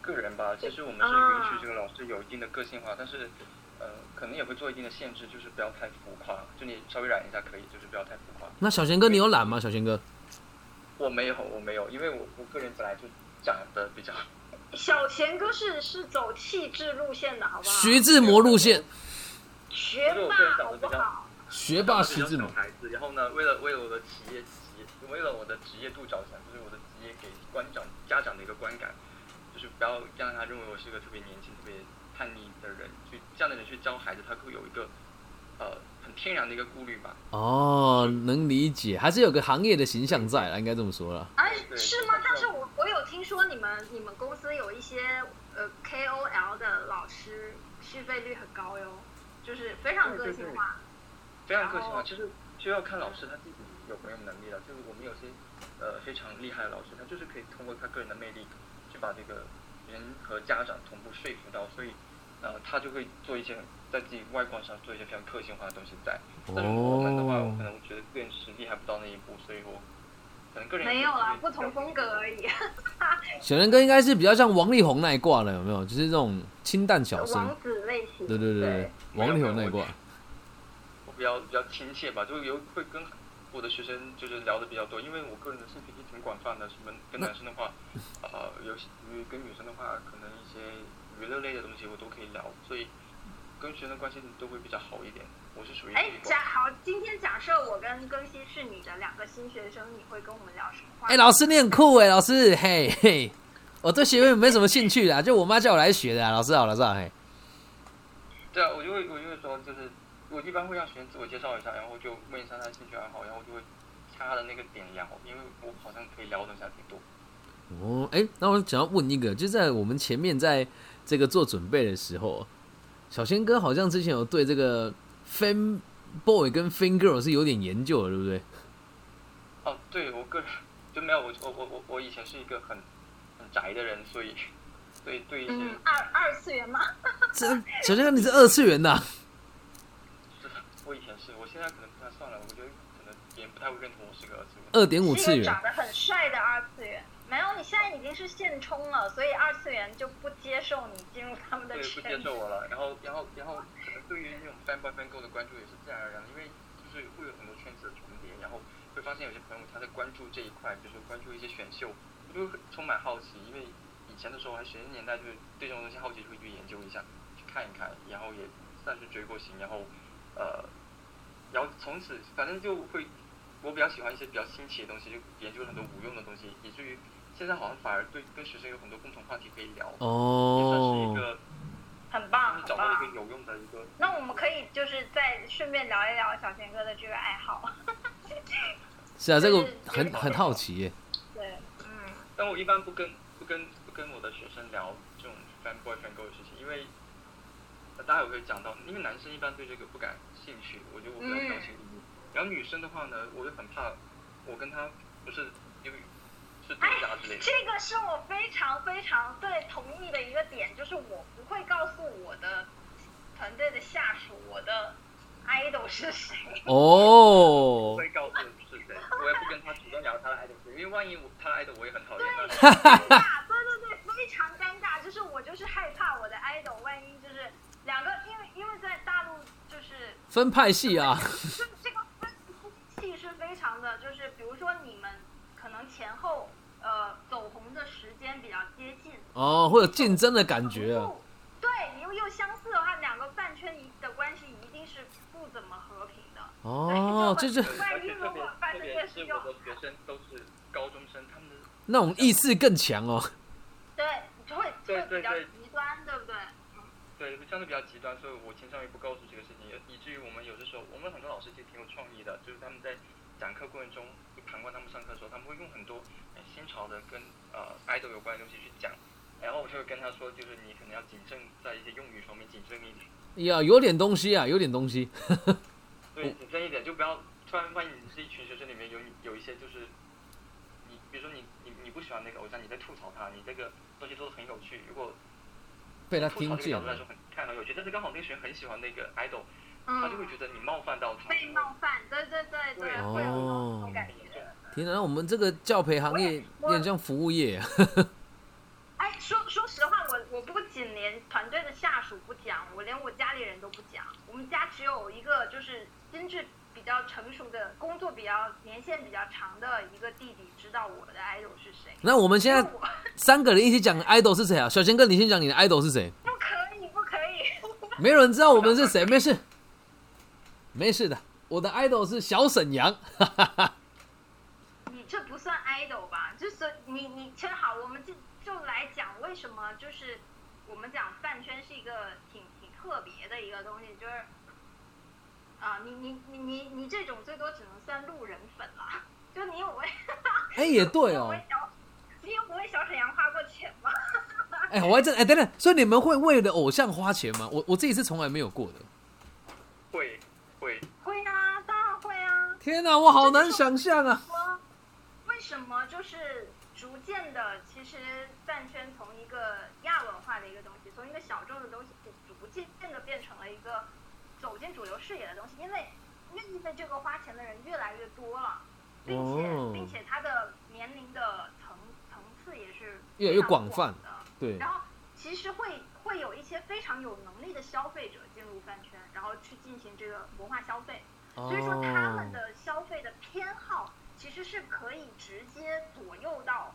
[SPEAKER 3] 个人吧，其实我们是允许这个老师有一定的个性化，但是呃，可能也会做一定的限制，就是不要太浮夸，就你稍微染一下可以，就是不要太浮夸。
[SPEAKER 1] 那小贤哥你有懒吗？小贤哥，
[SPEAKER 3] 我没有，我没有，因为我我个人本来就长得比较。
[SPEAKER 2] 小贤哥是是走气质路线的，好不好？
[SPEAKER 1] 徐志摩路线，
[SPEAKER 2] 学霸，好不好？
[SPEAKER 1] 学霸徐志
[SPEAKER 3] 比较
[SPEAKER 1] 摩
[SPEAKER 3] 小，孩子，然后呢，为了为了我的企业职业，为了我的职业度着想，就是我的职业给观长家长的一个观感，就是不要让他认为我是一个特别年轻、特别叛逆的人，去这样的人去教孩子，他会有一个呃很天然的一个顾虑吧。
[SPEAKER 1] 哦，能理解，还是有个行业的形象在啦，应该这么说啦。
[SPEAKER 2] 而
[SPEAKER 3] 对
[SPEAKER 2] 哎是吗
[SPEAKER 3] 对？
[SPEAKER 2] 但是我我有听说你们你们公司有一些呃 KOL 的老师续费率很高哟，就是非常个性化。
[SPEAKER 3] 非常个性化，
[SPEAKER 2] 哦
[SPEAKER 3] 其实就要看老师他自己有没有能力了。就是我们有些呃非常厉害的老师，他就是可以通过他个人的魅力，去把这个人和家长同步说服到，所以呃他就会做一些在自己外观上做一些非常个性化的东西在。但是我们的话，我
[SPEAKER 1] 哦
[SPEAKER 3] 可，能觉得个人实力还不到那一步，所以我可能个人
[SPEAKER 2] 没有啦
[SPEAKER 3] 啊，，
[SPEAKER 2] 不同风格而已。
[SPEAKER 1] 小贤哥应该是比较像王力宏那一挂的，有没有？就是这种清淡小生，
[SPEAKER 2] 呃王子类型。
[SPEAKER 1] 对对对对，王力宏那一挂。
[SPEAKER 3] 我比较比较亲切吧，就是有会跟我的学生就是聊的比较多，因为我个人的兴趣挺广泛的，什么跟男生的话，呃，有些跟女生的话，可能一些娱乐类的东西我都可以聊，所以跟学生的关系都会比较好一点。我是属于
[SPEAKER 2] 哎，
[SPEAKER 3] 比
[SPEAKER 2] 假
[SPEAKER 3] 较
[SPEAKER 2] 好，今天假设我跟更新是你的两个新学生，你会跟我们聊什么话？
[SPEAKER 1] 哎、老师你很酷哎，老师嘿嘿，我对学妹没什么兴趣啦，就我妈叫我来学的啊。老师好，老师好，嘿，
[SPEAKER 3] 对啊，我就会我就会说，就是我一般会让学生自我介绍一下，然后就问一下他的兴趣爱好，然后我就会掐他的那个点聊，因为我好像可以聊的东西还挺多。
[SPEAKER 1] 哦，哎、那我想要问一个，就在我们前面在这个做准备的时候，小仙哥好像之前有对这个 fan boy 跟 fan girl 是有点研究的，对不对？
[SPEAKER 3] 哦，对我个人就没有我我我我我以前是一个很很宅的人，所以所以对一些、
[SPEAKER 2] 嗯，二二次元嘛，
[SPEAKER 1] 这小仙哥你是二次元的啊、
[SPEAKER 3] 就是我以前是，我现在可能不太算了，我觉得可能别人不太会认同我是个二次元。
[SPEAKER 1] 二点五
[SPEAKER 2] 是
[SPEAKER 1] 次
[SPEAKER 2] 一个
[SPEAKER 1] 元
[SPEAKER 2] 长得很帅的二次元。没有，你现在已经是现充了，所以二次元就不接受你进入他们的
[SPEAKER 3] 对，不接
[SPEAKER 2] 圈子。
[SPEAKER 3] 受我了。然后，然后，然后，可能对于那种 fanboy fango 的关注也是自然而然的，因为就是会有很多圈子的重叠，然后会发现有些朋友他在关注这一块，比如说关注一些选秀，我就会很充满好奇，因为以前的时候还学生年代，就是对这种东西好奇，就会去研究一下，去看一看，然后也算是追过星，然后呃，然后从此反正就会，我比较喜欢一些比较新奇的东西，就研究很多无用的东西，以至于现在好像反而对跟学生有很多共同话题可以聊，也算是一
[SPEAKER 1] 哦，
[SPEAKER 3] 个
[SPEAKER 2] 很
[SPEAKER 3] 他
[SPEAKER 2] 棒，
[SPEAKER 3] 们
[SPEAKER 2] 很
[SPEAKER 3] 找到一
[SPEAKER 2] 棒
[SPEAKER 3] 个。有用的一个。
[SPEAKER 2] 那我们可以就是再顺便聊一聊小贤哥的这个爱好。
[SPEAKER 1] 是啊，这个
[SPEAKER 2] 就是
[SPEAKER 1] 很很好奇耶。
[SPEAKER 2] 对，嗯，
[SPEAKER 3] 但我一般不跟不跟不跟我的学生聊这种 fan boy fan girl 的事情，因为呃待会会讲到，因为男生一般对这个不感兴趣，我觉得我比较
[SPEAKER 2] 嗯
[SPEAKER 3] 表情移入。然后女生的话呢，我就很怕我跟她不是有是对家之类的。
[SPEAKER 2] 这个是我非常非常对同意的一个点，就是我不会告诉我的团队的下属我的 idol 是谁。
[SPEAKER 3] 不
[SPEAKER 1] 哦，
[SPEAKER 3] 会告诉是谁，我也不跟他主动聊他的爱豆，因为万一我他的爱豆我也很讨厌那
[SPEAKER 2] 尴尬，对对对，非常尴尬。就是我就是害怕我的 idol 万一就是两个，因为因为在大陆就是
[SPEAKER 1] 分派系啊，
[SPEAKER 2] 这这个风气是非常的，就是比如说你们可能前后呃走红的时间比较接近，
[SPEAKER 1] 哦，会有竞争的感觉啊。
[SPEAKER 2] 又对，又又相似的话，两个饭圈一的关系一定是不怎么和平的。
[SPEAKER 1] 哦，这就
[SPEAKER 3] 而且特别特别是我的学生都是高中生，他们的
[SPEAKER 1] 那种意识更强哦。
[SPEAKER 2] 对，就会会
[SPEAKER 3] 对
[SPEAKER 2] 比
[SPEAKER 3] 对
[SPEAKER 2] 较
[SPEAKER 3] 对
[SPEAKER 2] 极端，对不对？
[SPEAKER 3] 对，相对比较极端，所以我倾向于不告诉这个事情，以至于我们有的时候，我们很多老师其实挺有创意的，就是他们在讲课过程中，就旁观他们上课的时候，他们会用很多很新潮的跟呃 idol 有关的东西去讲，然后我就会跟他说，就是你可能要谨慎在一些用语方面谨慎一点，
[SPEAKER 1] 呀，有点东西啊，有点东西。
[SPEAKER 3] 对，
[SPEAKER 1] 嗯
[SPEAKER 3] 谨慎一点，就不要突然发现你是一群学生里面有有一些就是你，比如说你你你不喜欢那个偶像，你在吐槽他，你这个东西做的很有趣，如果
[SPEAKER 1] 被他
[SPEAKER 3] 吐槽
[SPEAKER 1] 听
[SPEAKER 3] 这个
[SPEAKER 1] 见
[SPEAKER 3] 角度来
[SPEAKER 1] 了
[SPEAKER 3] 说，很看很有趣，但是刚好那个学生很喜欢那个 idol。他就会
[SPEAKER 2] 嗯，
[SPEAKER 3] 觉得你冒犯到他，
[SPEAKER 2] 被冒犯，对对对对，会有那
[SPEAKER 1] 哦
[SPEAKER 2] 种感觉。
[SPEAKER 1] 天啊哪，那我们这个教培行业有
[SPEAKER 2] 我也
[SPEAKER 1] 点像服务业啊。
[SPEAKER 2] 哎，说说实话，我我不仅连团队的下属不讲，我连我家里人都不讲。我们家只有一个就是心智比较成熟的、工作比较年限比较长的一个弟弟知道我的 idol 是谁。
[SPEAKER 1] 那我们现
[SPEAKER 2] 那
[SPEAKER 1] 在
[SPEAKER 2] 我
[SPEAKER 1] 三个人一起讲 idol 是谁啊？小贤哥，你先讲你的 idol 是谁？
[SPEAKER 2] 不可以，不可以。
[SPEAKER 1] 没有人知道我们是 谁，没事，没事的。我的 idol 是小沈阳，
[SPEAKER 2] 你这不算 idol 吧？就是你你真好，我们就就来讲为什么就是我们讲饭圈是一个挺挺特别的一个东西，就是啊、你你你你你这种最多只能算路人粉了，就你有为
[SPEAKER 1] 哎，也对
[SPEAKER 2] 你有
[SPEAKER 1] 哦
[SPEAKER 2] 为，小你有为小沈阳花过钱吗？
[SPEAKER 1] 哎，我还真哎，等等，所以你们会为了偶像花钱吗？我我自己是从来没有过的。
[SPEAKER 3] 会会，
[SPEAKER 2] 会啊，当然会啊。
[SPEAKER 1] 天哪，我好难想象啊！
[SPEAKER 2] 说，为什么就是逐渐的，其实饭圈从一个亚文化的一个东西，从一个小众的东西，逐渐的变成了一个走进主流视野的东西，因为愿意为这个花钱的人越来越多了，并且、
[SPEAKER 1] 哦
[SPEAKER 2] 并且他的年龄的层层次也是
[SPEAKER 1] 越来越
[SPEAKER 2] 非常
[SPEAKER 1] 广泛
[SPEAKER 2] 的，
[SPEAKER 1] 对，
[SPEAKER 2] 然后其实会会有一些非常有能力的消费者进入饭圈，然后去进行这个文化消费。所以说他
[SPEAKER 1] 哦
[SPEAKER 2] 们的消费的偏好其实是可以直接左右到，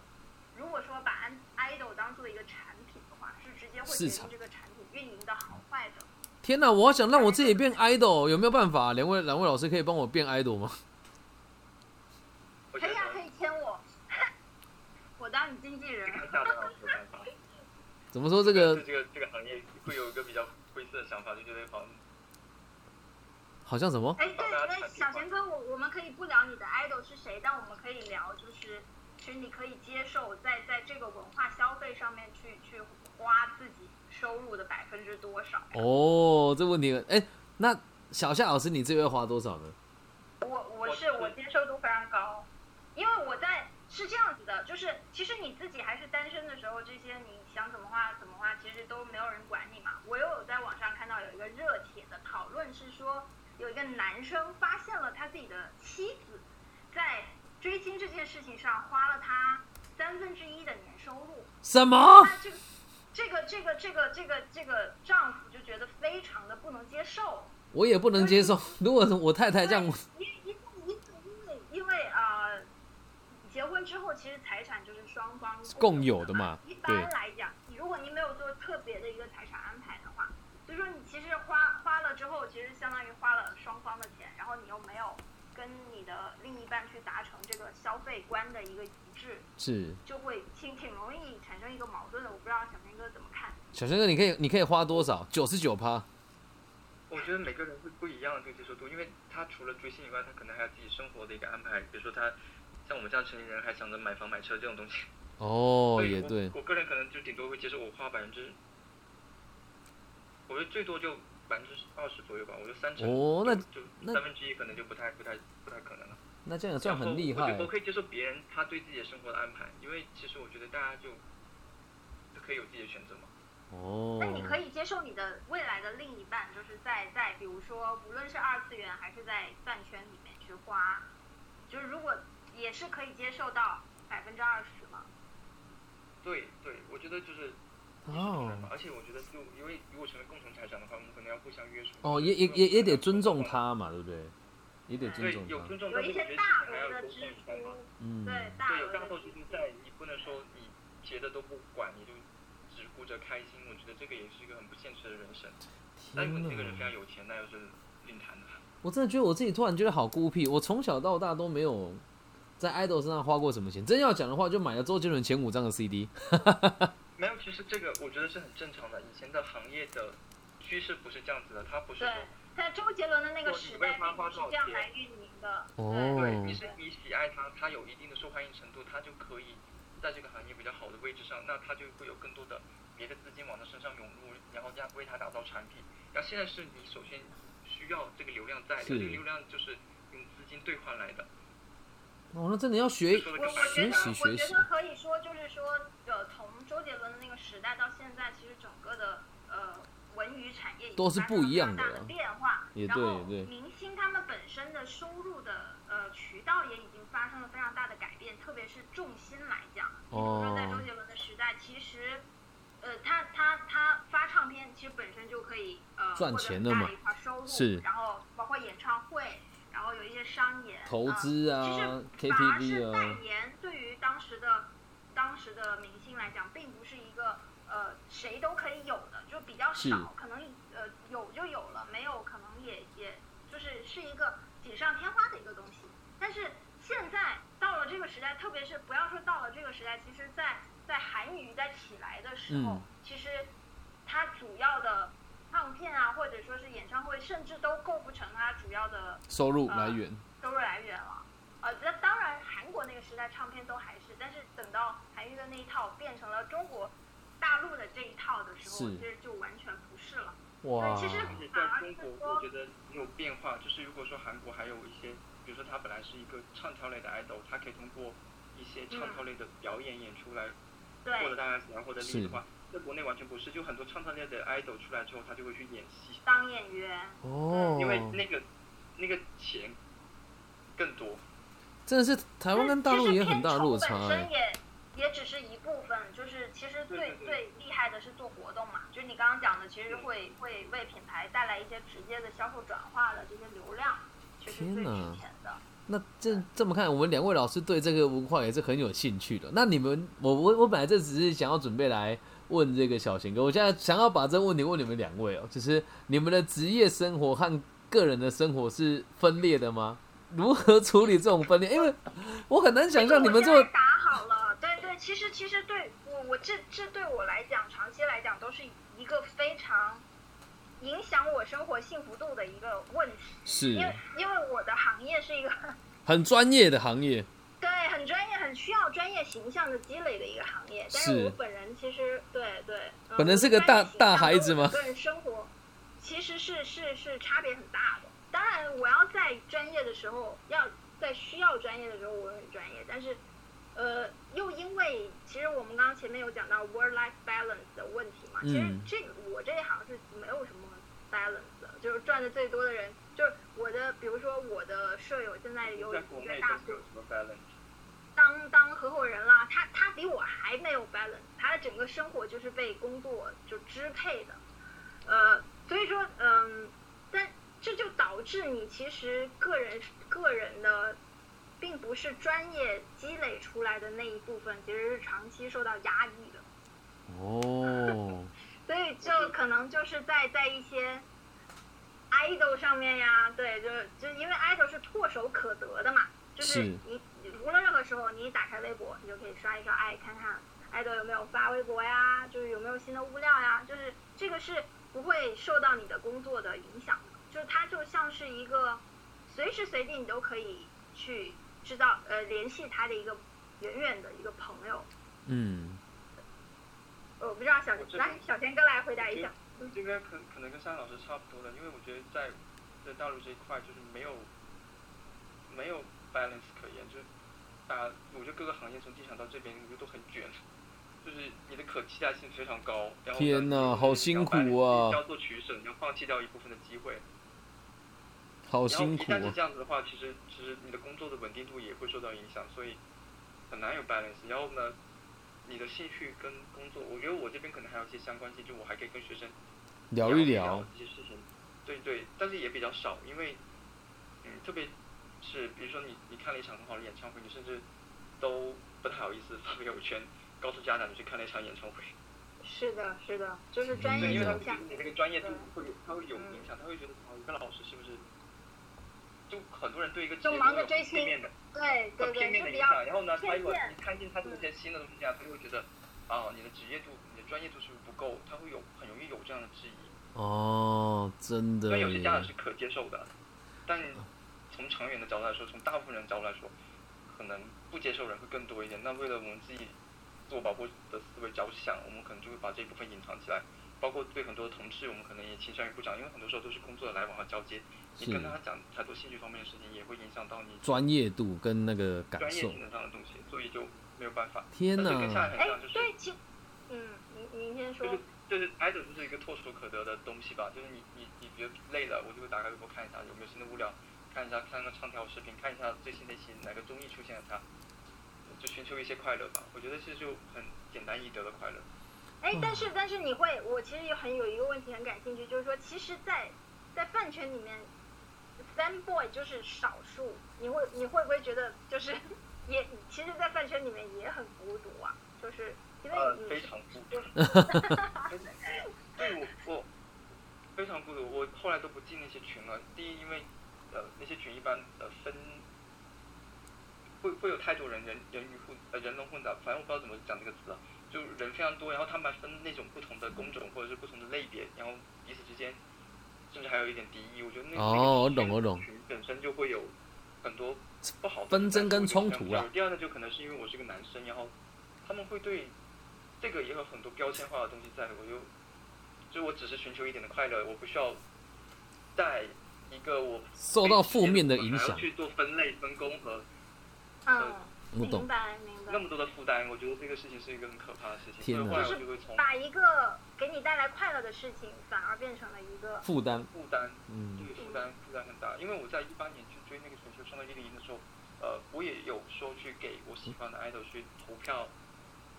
[SPEAKER 2] 如果说把 idol 当做一个产品的话，是直接会决
[SPEAKER 1] 市
[SPEAKER 2] 定
[SPEAKER 1] 场
[SPEAKER 2] 这个产品运营的好坏的。
[SPEAKER 1] 天哪，我好想让我自己变 idol，有没有办法、两位两位老师可以帮我变 idol 吗？
[SPEAKER 3] 我觉
[SPEAKER 2] 可以啊，可
[SPEAKER 3] 得
[SPEAKER 2] 以签我， 我当你经纪人。
[SPEAKER 3] 看下的老师有办法。
[SPEAKER 1] 怎么说这个
[SPEAKER 3] 对这个这个行业会有一个比较灰色的想法，就觉得好像
[SPEAKER 1] 好像什么？
[SPEAKER 2] 哎，对，那小贤哥，我我们可以不聊你的 idol 是谁，但我们可以聊，就是其实你可以接受在在这个文化消费上面去去花自己收入的百分之多少。
[SPEAKER 1] 哦，这问题哎、那小夏老师你这个月花多少呢？
[SPEAKER 2] 我我是
[SPEAKER 3] 我
[SPEAKER 2] 我接受度非常高，因为我在是这样子的，就是其实你自己还是单身的时候，这些你想怎么花怎么花，其实都没有人管你嘛。我又有在网上看到有一个热帖的讨论是说，有一个男生发现了他自己的妻子在追星这件事情上花了他三分之一的年收入，
[SPEAKER 1] 什么？
[SPEAKER 2] 那这个这个这个这个这个这个丈夫就觉得非常的不能接受。
[SPEAKER 1] 我也不能接受。 如果我太太这样，
[SPEAKER 2] 因因因因为因为呃，结婚之后其实财产就是双方
[SPEAKER 1] 共有的嘛
[SPEAKER 2] 一
[SPEAKER 1] 对
[SPEAKER 2] 般来讲，你如果你没有做特别的一个财产安排的话，所以说你其实花花了之后，其实相当于花了双方的钱，然后你又没有跟你的另一半去达成这个消费观的一个一致，
[SPEAKER 1] 是
[SPEAKER 2] 就会挺挺容易产生一个矛盾的。我不知道小明哥怎么看。
[SPEAKER 1] 小陈哥，你可以你可以花多少？九十九趴，
[SPEAKER 3] 我觉得每个人是不一样的这个接受度，因为他除了追星以外，他可能还有自己生活的一个安排，比如说他像我们这样成年人还想着买房买车这种东西。
[SPEAKER 1] 哦，
[SPEAKER 3] 所以
[SPEAKER 1] 也
[SPEAKER 3] 我
[SPEAKER 1] 对，
[SPEAKER 3] 我个人可能就顶多会接受我花百分之，我觉得最多就百分之二十左右吧，我觉得三成。
[SPEAKER 1] 哦那
[SPEAKER 3] 就
[SPEAKER 1] 那
[SPEAKER 3] 三分之一可能就不太不太不太可能了。
[SPEAKER 1] 那这样也算很厉
[SPEAKER 3] 然后我
[SPEAKER 1] 害
[SPEAKER 3] 觉得我可以接受别人他对自己的生活的安排，因为其实我觉得大家就就可以有自己的选择嘛。
[SPEAKER 1] 哦
[SPEAKER 2] 那。你可以接受你的未来的另一半，就是在在比如说，无论是二次元还是在饭圈里面去花，就是如果也是可以接受到百分之二十嘛。
[SPEAKER 3] 对对，我觉得就是。
[SPEAKER 1] 哦
[SPEAKER 3] 而且我觉得，就因为如果成为共同财产的话，我们可能要互相约束。
[SPEAKER 1] 哦，也也也也得尊重。他嘛，对不对？也得尊
[SPEAKER 3] 对
[SPEAKER 1] 重，
[SPEAKER 3] 有
[SPEAKER 1] 他
[SPEAKER 3] 尊。重，
[SPEAKER 2] 有
[SPEAKER 3] 但是
[SPEAKER 2] 一
[SPEAKER 3] 我觉
[SPEAKER 2] 些
[SPEAKER 3] 得
[SPEAKER 2] 大
[SPEAKER 3] 其实还
[SPEAKER 2] 额
[SPEAKER 3] 要
[SPEAKER 2] 的
[SPEAKER 3] 多
[SPEAKER 2] 支
[SPEAKER 3] 放宽嘛。
[SPEAKER 2] 出，
[SPEAKER 1] 嗯，
[SPEAKER 2] 对大
[SPEAKER 3] 对，
[SPEAKER 2] 额
[SPEAKER 3] 有大
[SPEAKER 2] 的
[SPEAKER 3] 头
[SPEAKER 2] 支
[SPEAKER 3] 就
[SPEAKER 2] 出
[SPEAKER 3] 是，在你不能说你别的都不管，你就只顾着开心。我觉得这个也是一个很不现实的人生。但如果你这个人非常有钱，那又是另谈了。
[SPEAKER 1] 我真的觉得我自己突然觉得好孤僻，我从小到大都没有在 idol 身上花过什么钱。真要讲的话，就买了周杰伦前五张的 CD。
[SPEAKER 3] 没有，其实这个我觉得是很正常的。以前的行业的趋势不是这样子的，它不是
[SPEAKER 2] 对
[SPEAKER 3] 说。
[SPEAKER 2] 在周杰伦的那个
[SPEAKER 3] 我
[SPEAKER 2] 时
[SPEAKER 3] 你为
[SPEAKER 2] 代，
[SPEAKER 3] 他
[SPEAKER 2] 并不
[SPEAKER 3] 花
[SPEAKER 2] 是
[SPEAKER 3] 多少
[SPEAKER 2] 这样
[SPEAKER 3] 钱
[SPEAKER 2] 来运营的。对
[SPEAKER 1] 哦
[SPEAKER 3] 对，你是你喜爱他，他有一定的受欢迎程度，他就可以在这个行业比较好的位置上，那他就会有更多的别的资金往他身上涌入，然后样为他打造产品。然后现在是你首先需要这个流量在的，
[SPEAKER 1] 是
[SPEAKER 3] 这个流量就是用资金兑换来的。
[SPEAKER 1] 哦，那真的要学
[SPEAKER 3] 说
[SPEAKER 2] 我
[SPEAKER 3] 得
[SPEAKER 2] 我
[SPEAKER 3] 更白一
[SPEAKER 2] 觉
[SPEAKER 1] 学
[SPEAKER 3] 点
[SPEAKER 2] 得
[SPEAKER 1] 习
[SPEAKER 2] 我
[SPEAKER 1] 学
[SPEAKER 2] 觉
[SPEAKER 1] 习
[SPEAKER 2] 得。可以说，就是说，呃，从周杰伦的那个时代到现在，其实整个的呃文娱产业已经
[SPEAKER 1] 都是
[SPEAKER 2] 发生
[SPEAKER 1] 不
[SPEAKER 2] 了
[SPEAKER 1] 一
[SPEAKER 2] 非常
[SPEAKER 1] 样的
[SPEAKER 2] 大的
[SPEAKER 1] 了
[SPEAKER 2] 变化。
[SPEAKER 1] 也
[SPEAKER 2] 然
[SPEAKER 1] 对
[SPEAKER 2] 后
[SPEAKER 1] 也对
[SPEAKER 2] 明星他们本身的收入的呃渠道也已经发生了非常大的改变，特别是重心来讲，比如说在
[SPEAKER 1] 哦
[SPEAKER 2] 周杰伦的时代，其实。呃，他他他发唱片其实本身就可以呃
[SPEAKER 1] 赚
[SPEAKER 2] 获得
[SPEAKER 1] 钱
[SPEAKER 2] 很
[SPEAKER 1] 的
[SPEAKER 2] 大
[SPEAKER 1] 嘛
[SPEAKER 2] 一块收入，
[SPEAKER 1] 是
[SPEAKER 2] 然后包括演唱会，然后有一些商演
[SPEAKER 1] 投
[SPEAKER 2] 啊
[SPEAKER 1] 资啊
[SPEAKER 2] 其实反而是
[SPEAKER 1] ，KTV
[SPEAKER 2] 代
[SPEAKER 1] 啊，
[SPEAKER 2] 言对于当时的当时的明星来讲，并不是一个呃谁都可以有的，就比较
[SPEAKER 1] 是
[SPEAKER 2] 少，可能呃有就有了，没有可能也也就是是一个锦上添花的一个东西。但是现在到了这个时代，特别是不要说到了这个时代，其实在在韩娱在起来的时候，
[SPEAKER 1] 嗯
[SPEAKER 2] 其实它主要的唱片啊，或者说是演唱会，甚至都构不成它主要的
[SPEAKER 1] 收入来源。
[SPEAKER 2] 收入来源了。呃，那当然，韩国那个时代唱片都还是，但是等到韩娱的那一套变成了中国大陆的这一套的时候，
[SPEAKER 1] 是
[SPEAKER 2] 其实就完全不是了。
[SPEAKER 1] 哇，
[SPEAKER 2] 对其实
[SPEAKER 3] 而且在中国，我觉得也有变化。就是如果说韩国还有一些，比如说他本来是一个唱跳类的 idol，他可以通过一些唱跳类的表演演出来获
[SPEAKER 2] 对，
[SPEAKER 3] 得大家喜欢、获得利益的话，在国内完全不是。就很多唱跳类的 idol 出来之后，他就会去演戏，
[SPEAKER 2] 当演员，
[SPEAKER 1] 哦，
[SPEAKER 3] 因为那个那个钱更多。
[SPEAKER 1] 真的是台湾跟大陆也很大的落差
[SPEAKER 2] 其实片酬本
[SPEAKER 1] 哎
[SPEAKER 2] 身。也也只是一部分，就是其实最
[SPEAKER 3] 对对
[SPEAKER 2] 最厉害的是做活动嘛，就是你刚刚讲的，其实会会为品牌带来一些直接的销售转化的这些流量，其实
[SPEAKER 1] 天
[SPEAKER 2] 最值
[SPEAKER 1] 哪
[SPEAKER 2] 钱的。
[SPEAKER 1] 那这这么看，我们两位老师对这个文化也是很有兴趣的。那你们，我我我本来这只是想要准备来问这个小贤哥，我现在想要把这个问题问你们两位哦，就是你们的职业生活和个人的生活是分裂的吗？如何处理这种分裂？因为我很难想象你们这
[SPEAKER 2] 我
[SPEAKER 1] 么
[SPEAKER 2] 现在打好了，对对，其实其实对我我这这对我来讲，长期来讲都是一个非常影响我生活幸福度的一个问题，
[SPEAKER 1] 是
[SPEAKER 2] 因为因为我的行业是一个
[SPEAKER 1] 很专业的行业，
[SPEAKER 2] 对很专业、很需要专业形象的积累的一个行业，但是
[SPEAKER 1] 是
[SPEAKER 2] 我本人其实对对，嗯
[SPEAKER 1] 本人是个大大孩子吗
[SPEAKER 2] 我的专业形象跟我的个人生活其实是是是差别很大的。当然，我要在专业的时候，要在需要专业的时候，我很专业，但是呃，又因为其实我们刚刚前面有讲到 work-life balance 的问题嘛，其实
[SPEAKER 1] 嗯
[SPEAKER 2] 这个我这一行是没有什么 balance 的，就是赚的最多的人，就是我的，比如说我的舍友现在有
[SPEAKER 3] 在国
[SPEAKER 2] 一个
[SPEAKER 3] 内都
[SPEAKER 2] 大
[SPEAKER 3] 是有什么 balance？
[SPEAKER 2] 当当合伙人啦，他他比我还没有 balance，他的整个生活就是被工作就支配的，呃，所以说，嗯，但这就导致你其实个人个人的，并不是专业积累出来的那一部分，其实是长期受到压抑的。
[SPEAKER 1] 哦，
[SPEAKER 2] 所以就可能就是在在一些 idol 上面呀，对，就是就因为 idol 是唾手可得的嘛，就是
[SPEAKER 1] 是
[SPEAKER 2] 你你无论任何时候你打开微博，你就可以刷一刷，哎，看看 idol 有没有发微博呀，就是有没有新的物料呀，就是这个是不会受到你的工作的影响的，就是它就像是一个随时随地你都可以去知道呃联系他的一个远远的一个朋友。
[SPEAKER 1] 嗯，
[SPEAKER 2] 呃我不知道小
[SPEAKER 3] 我这
[SPEAKER 2] 来小天哥来回答一下。
[SPEAKER 3] 这个可可能跟山老师差不多了，因为我觉得在在大陆这一块就是没有没有 balance 可言，就是把我觉得各个行业从地产到这边我觉得都很卷，就是你的可替代性非常高。然后
[SPEAKER 1] 天
[SPEAKER 3] 哪
[SPEAKER 1] 哪，好辛苦啊
[SPEAKER 3] 你要做取舍，你要放弃掉一部分的机会。
[SPEAKER 1] 好
[SPEAKER 3] 然后
[SPEAKER 1] 辛
[SPEAKER 3] 一
[SPEAKER 1] 苦
[SPEAKER 3] 旦是
[SPEAKER 1] 啊。
[SPEAKER 3] 这样子的话，其实其实你的工作的稳定度也会受到影响，所以很难有 balance。然后呢，你的兴趣跟工作，我觉得我这边可能还有一些相关性，就我还可以跟学生
[SPEAKER 1] 聊一
[SPEAKER 3] 一
[SPEAKER 1] 聊，
[SPEAKER 3] 这些事情，对对，但是也比较少，因为嗯，特别是比如说你你看了一场很好的演唱会，你甚至都不太好意思发朋友圈告诉家长你去看了一场演唱会，
[SPEAKER 2] 是的，是的，就是
[SPEAKER 1] 嗯
[SPEAKER 2] 专
[SPEAKER 3] 对，
[SPEAKER 2] 业
[SPEAKER 3] 因为他
[SPEAKER 2] 影
[SPEAKER 3] 们觉
[SPEAKER 2] 响
[SPEAKER 3] 得。你这个专业度会有他会有影响，他会觉得哦，一个老师是不是？就很多人对一个职
[SPEAKER 2] 就
[SPEAKER 3] 业
[SPEAKER 2] 忙着
[SPEAKER 3] 都有
[SPEAKER 2] 追
[SPEAKER 3] 很片
[SPEAKER 2] 星
[SPEAKER 3] 面的，
[SPEAKER 2] 对对
[SPEAKER 3] 很
[SPEAKER 2] 对，
[SPEAKER 3] 片面
[SPEAKER 2] 就
[SPEAKER 3] 的
[SPEAKER 2] 比
[SPEAKER 3] 影
[SPEAKER 2] 较
[SPEAKER 3] 响。然后呢，他
[SPEAKER 2] 偏
[SPEAKER 3] 如果
[SPEAKER 2] 见
[SPEAKER 3] 一看见他这些新的东西啊，他就会觉得，啊，你的职业度、你的专业度是不是不够？他会有很容易有这样的质疑。
[SPEAKER 1] 哦，真
[SPEAKER 3] 虽
[SPEAKER 1] 的
[SPEAKER 3] 然有些家长
[SPEAKER 1] 耶
[SPEAKER 3] 是，可接受的，但从长远的角度来说，从大部分人角度来说，可能不接受人会更多一点。那为了我们自己自我保护的思维着想，我们可能就会把这一部分隐藏起来。包括对很多同事，我们可能也倾向于不讲，因为很多时候都是工作的来往和交接，你
[SPEAKER 1] 是
[SPEAKER 3] 跟他讲太多兴趣方面的事情，也会影响到你
[SPEAKER 1] 专业度跟那个感
[SPEAKER 3] 专业
[SPEAKER 1] 受。
[SPEAKER 3] 技能上的东西，所以就没有办法。
[SPEAKER 1] 天
[SPEAKER 3] 但是跟下
[SPEAKER 1] 哪，
[SPEAKER 3] 来
[SPEAKER 2] 哎
[SPEAKER 3] 很像，就是。
[SPEAKER 2] 对，其嗯，您您先说
[SPEAKER 3] 就。是就是 idol 就是一个唾手可得的东西吧，就是你你你觉得累了，我就会打开微博看一下有没有新的物料，看一下看个唱跳视频，看一下最新的一期哪个综艺出现了他，就寻求一些快乐吧。我觉得这就很简单易得的快乐。
[SPEAKER 2] 哎
[SPEAKER 1] 嗯，
[SPEAKER 2] 但是但是你会，我其实有很有一个问题很感兴趣，就是说，其实在，在饭圈里面，fan boy 就是少数，你会你会不会觉得就是 也其实，在饭圈里面也很孤独啊，就是因为
[SPEAKER 3] 呃，
[SPEAKER 2] 你
[SPEAKER 3] 非
[SPEAKER 2] 是
[SPEAKER 3] 常孤独。 对，我我非常孤独。我后来都不进那些群了。第一，因为呃那些群一般呃分会会有太多人人人鱼混呃人龙混杂，反正我不知道怎么讲这个词啊，就人非常多，然后他们还分那种不同的工种或者是不同的类别，然后彼此之间甚至还有一点敌意。我觉得那
[SPEAKER 1] 哦
[SPEAKER 3] 那个
[SPEAKER 1] 我
[SPEAKER 3] 群
[SPEAKER 1] 懂我懂
[SPEAKER 3] 群本身就会有很多不好的
[SPEAKER 1] 纷争跟冲突啊
[SPEAKER 3] 了
[SPEAKER 1] 啦。
[SPEAKER 3] 第二呢，就可能是因为我是个男生，然后他们会对这个也有很多标签化的东西在，我就就我只是寻求一点的快乐，我不需要带一个我
[SPEAKER 1] 受到负面的影
[SPEAKER 3] 还要
[SPEAKER 1] 响，
[SPEAKER 3] 去做分类、分工和
[SPEAKER 2] 嗯，
[SPEAKER 1] 我懂
[SPEAKER 2] 明。白明
[SPEAKER 3] 那
[SPEAKER 2] 白，
[SPEAKER 3] 么多的负担，我觉得这个事情是一个很可怕的事情。
[SPEAKER 1] 天
[SPEAKER 3] 所以
[SPEAKER 1] 哪
[SPEAKER 3] 后来我就会从
[SPEAKER 2] 把一个给你带来快乐的事情，反而变成了一个
[SPEAKER 1] 负担，
[SPEAKER 3] 负担
[SPEAKER 1] 嗯，
[SPEAKER 3] 对，负担负担很大。因为我在一八年去追那个选秀上到一零一的时候，呃，我也有说去给我喜欢的 idol 去投票，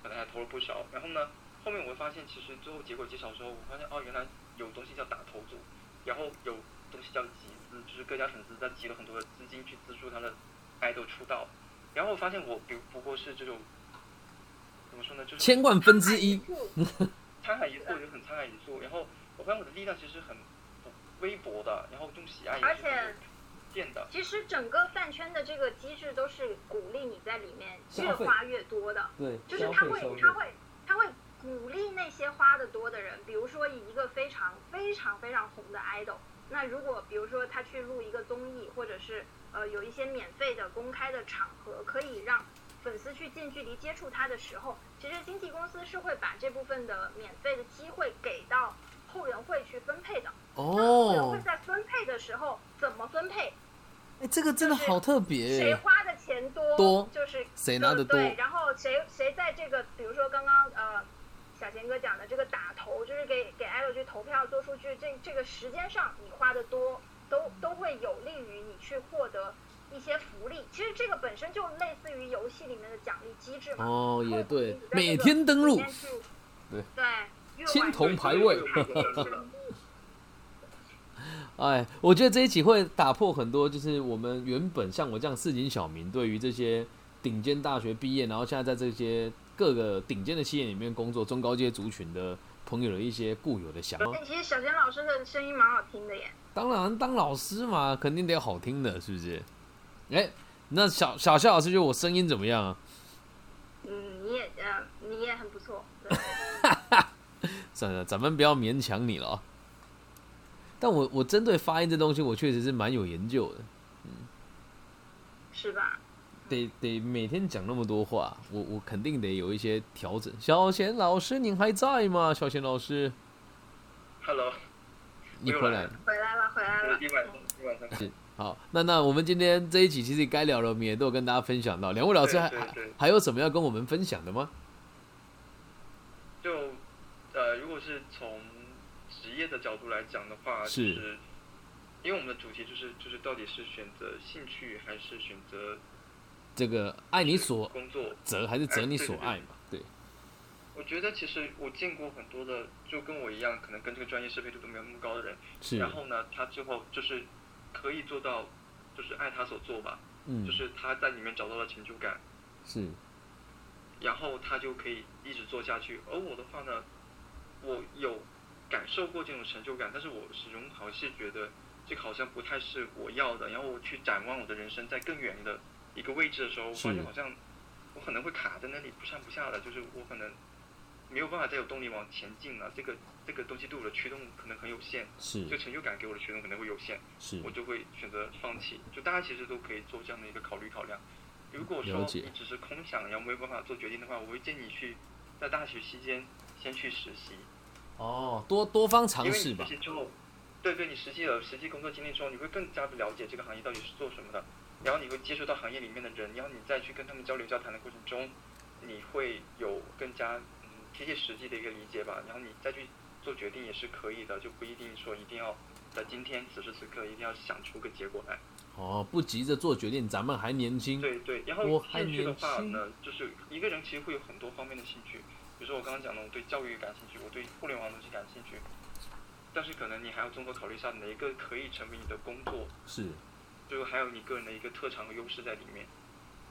[SPEAKER 3] 本来还投了不少。然后呢，后面我会发现，其实最后结果揭晓的时候，我发现哦，原来有东西叫打头组，然后有东西叫集资，就是各家粉丝在集了很多的资金去资助他的 idol 出道。然后我发现我比不过是这种怎么说呢，就是
[SPEAKER 1] 千万分之一，
[SPEAKER 3] 沧海一粟，我就很沧海一粟。然后我发现我的力量其实很微薄的，然后用喜爱也
[SPEAKER 2] 而
[SPEAKER 3] 是
[SPEAKER 2] 且
[SPEAKER 3] 很有限的。
[SPEAKER 2] 其实整个饭圈的这个机制都是鼓励你在里面越
[SPEAKER 1] 消费
[SPEAKER 2] 花越多的，
[SPEAKER 1] 对，
[SPEAKER 2] 就是他会他会他会鼓励那些花的多的人，比如说一个非常非常非常红的 idol，那如果比如说他去录一个综艺，或者是呃有一些免费的公开的场合，可以让粉丝去近距离接触他的时候，其实经纪公司是会把这部分的免费的机会给到后援会去分配的。后援
[SPEAKER 1] 哦
[SPEAKER 2] 会，在分配的时候怎么分配？
[SPEAKER 1] 哎，这个真的好特别
[SPEAKER 2] 谁
[SPEAKER 1] 耶，
[SPEAKER 2] 花的钱多，
[SPEAKER 1] 嗯多
[SPEAKER 2] 就是
[SPEAKER 1] 谁拿得多
[SPEAKER 2] 对，然后谁谁在这个，比如说刚刚呃，小贤哥讲的这个打头，就是给给 idol 去投票做数据，这这个时间上你花的多，都都会有利于你去获得一些福利。其实这个本身就类似于游戏里面的奖励机制嘛。
[SPEAKER 1] 哦，也对
[SPEAKER 2] 会鼓励你在这，个
[SPEAKER 1] 每天登录
[SPEAKER 2] 里面，去
[SPEAKER 1] 对
[SPEAKER 2] 对，越
[SPEAKER 1] 青
[SPEAKER 2] 晚
[SPEAKER 1] 铜
[SPEAKER 2] 越
[SPEAKER 1] 牌位
[SPEAKER 3] 对对对对对
[SPEAKER 1] 哎，我觉得这一期会打破很多，就是我们原本像我这样市井小民对于这些顶尖大学毕业，然后现在在这些各个顶尖的企业里面工作中高阶族群的朋友的一些固有的想法。
[SPEAKER 2] 而且其实小贤老师的声音蛮好听的耶。
[SPEAKER 1] 当然，当老师嘛，肯定得好听的，是不是？哎、那小小夏老师觉得我声音怎么样啊？
[SPEAKER 2] 嗯，你也呃，你也很不错。对
[SPEAKER 1] 算了，咱们不要勉强你了啊。但我我针对发音这东西，我确实是蛮有研究的，
[SPEAKER 2] 是吧？
[SPEAKER 1] 得得每天讲那么多话，我我肯定得有一些调整。小贤老师，您还在吗？小贤老师，
[SPEAKER 3] Hello，
[SPEAKER 1] 你
[SPEAKER 3] 没有
[SPEAKER 1] 回
[SPEAKER 3] 来
[SPEAKER 1] 来了。
[SPEAKER 2] 回来了，回来
[SPEAKER 3] 我
[SPEAKER 2] 了。
[SPEAKER 3] 一晚上一晚上。
[SPEAKER 1] 是好，那那我们今天这一期其实该聊的，我们也都有跟大家分享到。两位老师还
[SPEAKER 3] 对对
[SPEAKER 1] 还
[SPEAKER 3] 对
[SPEAKER 1] 还有什么要跟我们分享的吗？
[SPEAKER 3] 就呃，如果是从职业的角度来讲的话，
[SPEAKER 1] 是
[SPEAKER 3] 就是因为我们的主题就是就是到底是选择兴趣还是选择
[SPEAKER 1] 这个爱你所
[SPEAKER 3] 工作？哎
[SPEAKER 1] 择还是择你所爱嘛？对，
[SPEAKER 3] 我觉得其实我见过很多的，就跟我一样，可能跟这个专业适配度都没有那么高的人，
[SPEAKER 1] 是啊
[SPEAKER 3] 然，后呢，他最后就是可以做到，就是爱他所做吧，
[SPEAKER 1] 嗯
[SPEAKER 3] 就，是他在里面找到了成就感，
[SPEAKER 1] 是，
[SPEAKER 3] 然后他就可以一直做下去。而我的话呢，我有感受过这种成就感，但是我始终还是觉得这个好像不太是我要的。然后我去展望我的人生在更远的一个位置的时候，我发
[SPEAKER 1] 是
[SPEAKER 3] 现好像我可能会卡在那里不上不下的，就是我可能没有办法再有动力往前进啊了。这个这个东西对我的驱动可能很有限，这
[SPEAKER 1] 是，
[SPEAKER 3] 个成就感给我的驱动可能会有限。
[SPEAKER 1] 是
[SPEAKER 3] 我，就会选择放弃。就大家其实都可以做这样的一个考虑考量。如果说
[SPEAKER 1] 了解
[SPEAKER 3] 你只是空想，然后没有办法做决定的话，我会建议你去在大学期间先去实习，
[SPEAKER 1] 哦，多多方
[SPEAKER 3] 因
[SPEAKER 1] 尝
[SPEAKER 3] 为
[SPEAKER 1] 试
[SPEAKER 3] 你实
[SPEAKER 1] 吧。
[SPEAKER 3] 习之后，对对，你实际有实际工作经历之后，你会更加的了解这个行业到底是做什么的，然后你会接触到行业里面的人，然后你再去跟他们交流交谈的过程中，你会有更加嗯贴切实际的一个理解吧，然后你再去做决定也是可以的，就不一定说一定要在今天此时此刻一定要想出个结果来。
[SPEAKER 1] 哦，不急着做决定，咱们还年轻。
[SPEAKER 3] 对对，然
[SPEAKER 1] 我
[SPEAKER 3] 后
[SPEAKER 1] 还
[SPEAKER 3] 兴趣的
[SPEAKER 1] 年
[SPEAKER 3] 话
[SPEAKER 1] 轻
[SPEAKER 3] 呢，就是一个人其实会有很多方面的兴趣，比如说我刚刚讲的，我对教育感兴趣，我对互联网东西感兴趣，但是可能你还要综合考虑一下哪一个可以成为你的工作，
[SPEAKER 1] 是，
[SPEAKER 3] 就是还有你个人的一个特长和优势在里面。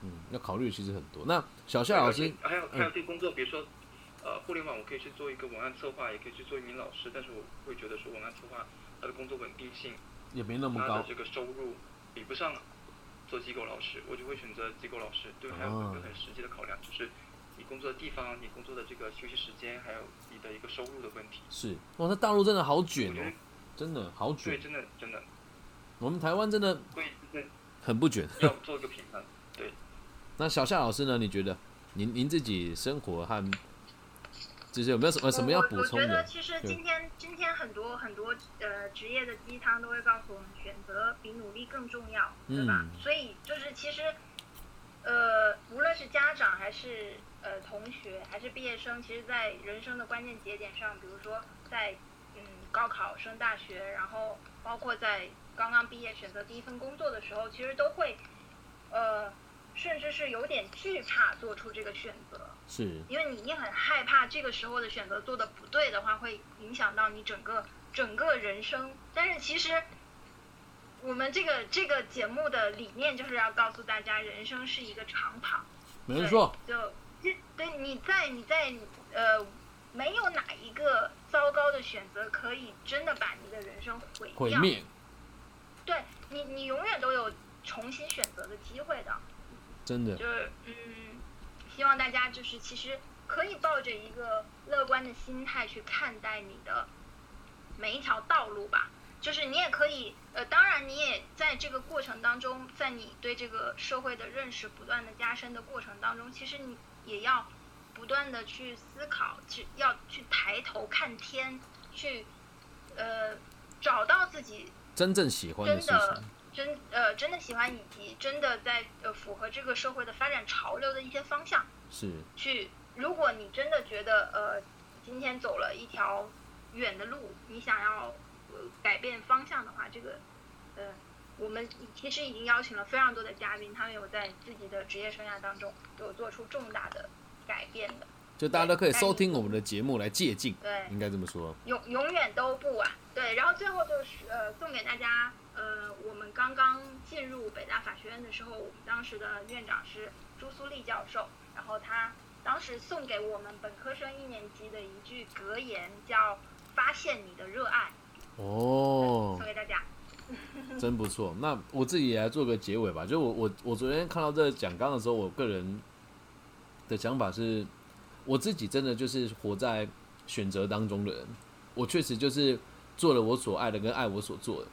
[SPEAKER 1] 嗯，要考虑的其实很多。那小夏
[SPEAKER 3] 对
[SPEAKER 1] 老
[SPEAKER 3] 而且
[SPEAKER 1] 师，
[SPEAKER 3] 还有
[SPEAKER 1] 嗯
[SPEAKER 3] 还有对工作，比如说呃互联网，我可以去做一个文案策划，也可以去做一名老师，但是我会觉得说文案策划它的工作稳定性，
[SPEAKER 1] 也没那么
[SPEAKER 3] 他的
[SPEAKER 1] 高。
[SPEAKER 3] 这个收入比不上做机构老师，我就会选择机构老师。对，还有
[SPEAKER 1] 啊
[SPEAKER 3] 一个很实际的考量，就是你工作的地方、你工作的这个休息时间，还有你的一个收入的问题。
[SPEAKER 1] 是，哇，那大陆真的好卷
[SPEAKER 3] 我觉
[SPEAKER 1] 哦
[SPEAKER 3] 得，
[SPEAKER 1] 真的好
[SPEAKER 3] 对，
[SPEAKER 1] 卷。
[SPEAKER 3] 真的真的，
[SPEAKER 1] 我们台湾真的
[SPEAKER 3] 所以就是
[SPEAKER 1] 很不卷。
[SPEAKER 3] 要做一个平衡。
[SPEAKER 1] 那小夏老师呢？你觉得您您自己生活和就是有没有什么什么要补充
[SPEAKER 2] 我我觉得
[SPEAKER 1] 的？
[SPEAKER 2] 其实
[SPEAKER 1] 对
[SPEAKER 2] 今天今天很多很多呃职业的鸡汤都会告诉我们，选择比努力更重要，对吧？
[SPEAKER 1] 嗯
[SPEAKER 2] 所以就是其实呃，无论是家长还是呃同学还是毕业生，其实在人生的关键节点上，比如说在嗯高考升大学，然后包括在刚刚毕业选择第一份工作的时候，其实都会呃。甚至是有点惧怕做出这个选择，
[SPEAKER 1] 是
[SPEAKER 2] 因为你你很害怕这个时候的选择做的不对的话，会影响到你整个整个人生。但是其实，我们这个这个节目的理念就是要告诉大家，人生是一个长跑。
[SPEAKER 1] 没错，
[SPEAKER 2] 对，就其对你在你在呃，没有哪一个糟糕的选择可以真的把你的人生毁掉。
[SPEAKER 1] 毁灭，
[SPEAKER 2] 对你，你永远都有重新选择的机会的。
[SPEAKER 1] 真的
[SPEAKER 2] 就是嗯，希望大家就是其实可以抱着一个乐观的心态去看待你的每一条道路吧。就是你也可以，呃，当然你也在这个过程当中，在你对这个社会的认识不断的加深的过程当中，其实你也要不断的去思考，去要去抬头看天，去呃找到自己
[SPEAKER 1] 真正喜欢的
[SPEAKER 2] 真
[SPEAKER 1] 事
[SPEAKER 2] 的
[SPEAKER 1] 情。
[SPEAKER 2] 真呃真的喜欢，以及真的在呃符合这个社会的发展潮流的一些方向
[SPEAKER 1] 是
[SPEAKER 2] 去。如果你真的觉得呃今天走了一条远的路，你想要呃改变方向的话，这个呃我们其实已经邀请了非常多的嘉宾，他们有在自己的职业生涯当中有做出重大的改变的。
[SPEAKER 1] 就大家都可以收听我们的节目来借鉴，
[SPEAKER 2] 对，
[SPEAKER 1] 应该这么说。
[SPEAKER 2] 永永远都不晚。对，然后最后就是呃，送给大家呃，我们刚刚进入北大法学院的时候，我们当时的院长是朱苏丽教授，然后他当时送给我们本科生一年级的一句格言叫“发现你的热爱
[SPEAKER 1] 哦”，
[SPEAKER 2] 送，给大家。
[SPEAKER 1] 真不错。那我自己也来做个结尾吧。就我我我昨天看到这讲纲的时候，我个人的想法是，我自己真的就是活在选择当中的人。我确实就是做了我所爱的，跟爱我所做的。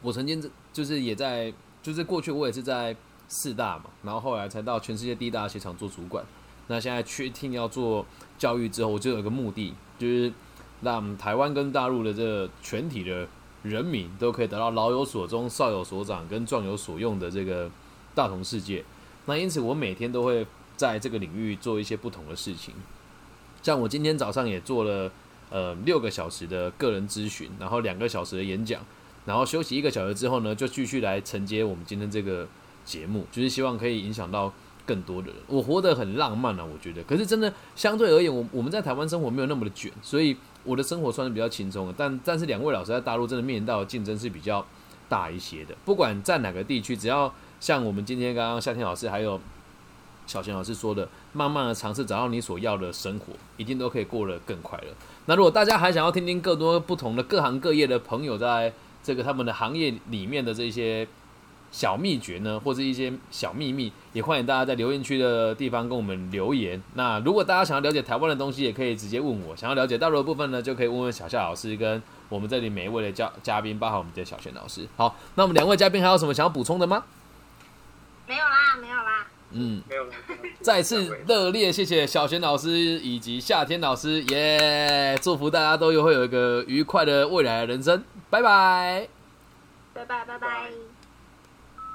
[SPEAKER 1] 我曾经就是也在，就是过去我也是在四大嘛，然后后来才到全世界第一大的鞋厂做主管。那现在确定要做教育之后，我就有一个目的，就是让台湾跟大陆的这个全体的人民都可以得到老有所终、少有所长跟壮有所用的这个大同世界。那因此，我每天都会在这个领域做一些不同的事情。像我今天早上也做了呃六个小时的个人咨询，然后两个小时的演讲，然后休息一个小时之后呢，就继续来承接我们今天这个节目，就是希望可以影响到更多的人。我活得很浪漫啊，我觉得。可是真的相对而言，我我们在台湾生活没有那么的卷，所以我的生活算是比较轻松的。但但是两位老师在大陆真的面临到的竞争是比较大一些的，不管在哪个地区，只要像我们今天刚刚夏天老师还有小贤老师说的，慢慢的尝试找到你所要的生活，一定都可以过得更快乐。那如果大家还想要听听更多不同的各行各业的朋友在这个他们的行业里面的这些小秘诀呢，或者一些小秘密，也欢迎大家在留言区的地方跟我们留言。那如果大家想要了解台湾的东西，也可以直接问我；想要了解大陆的部分呢，就可以问问小夏老师跟我们这里每一位的嘉嘉宾，包含我们的小贤老师。好，那我们两位嘉宾还有什么想要补充的吗？
[SPEAKER 2] 没有啦，没有啦，
[SPEAKER 1] 嗯，
[SPEAKER 3] 没有。
[SPEAKER 1] 再次热烈谢谢小贤老师以及夏天老师，耶、祝福大家都有会有一个愉快的未来的人生，拜拜。
[SPEAKER 2] 拜拜拜拜
[SPEAKER 3] 拜拜。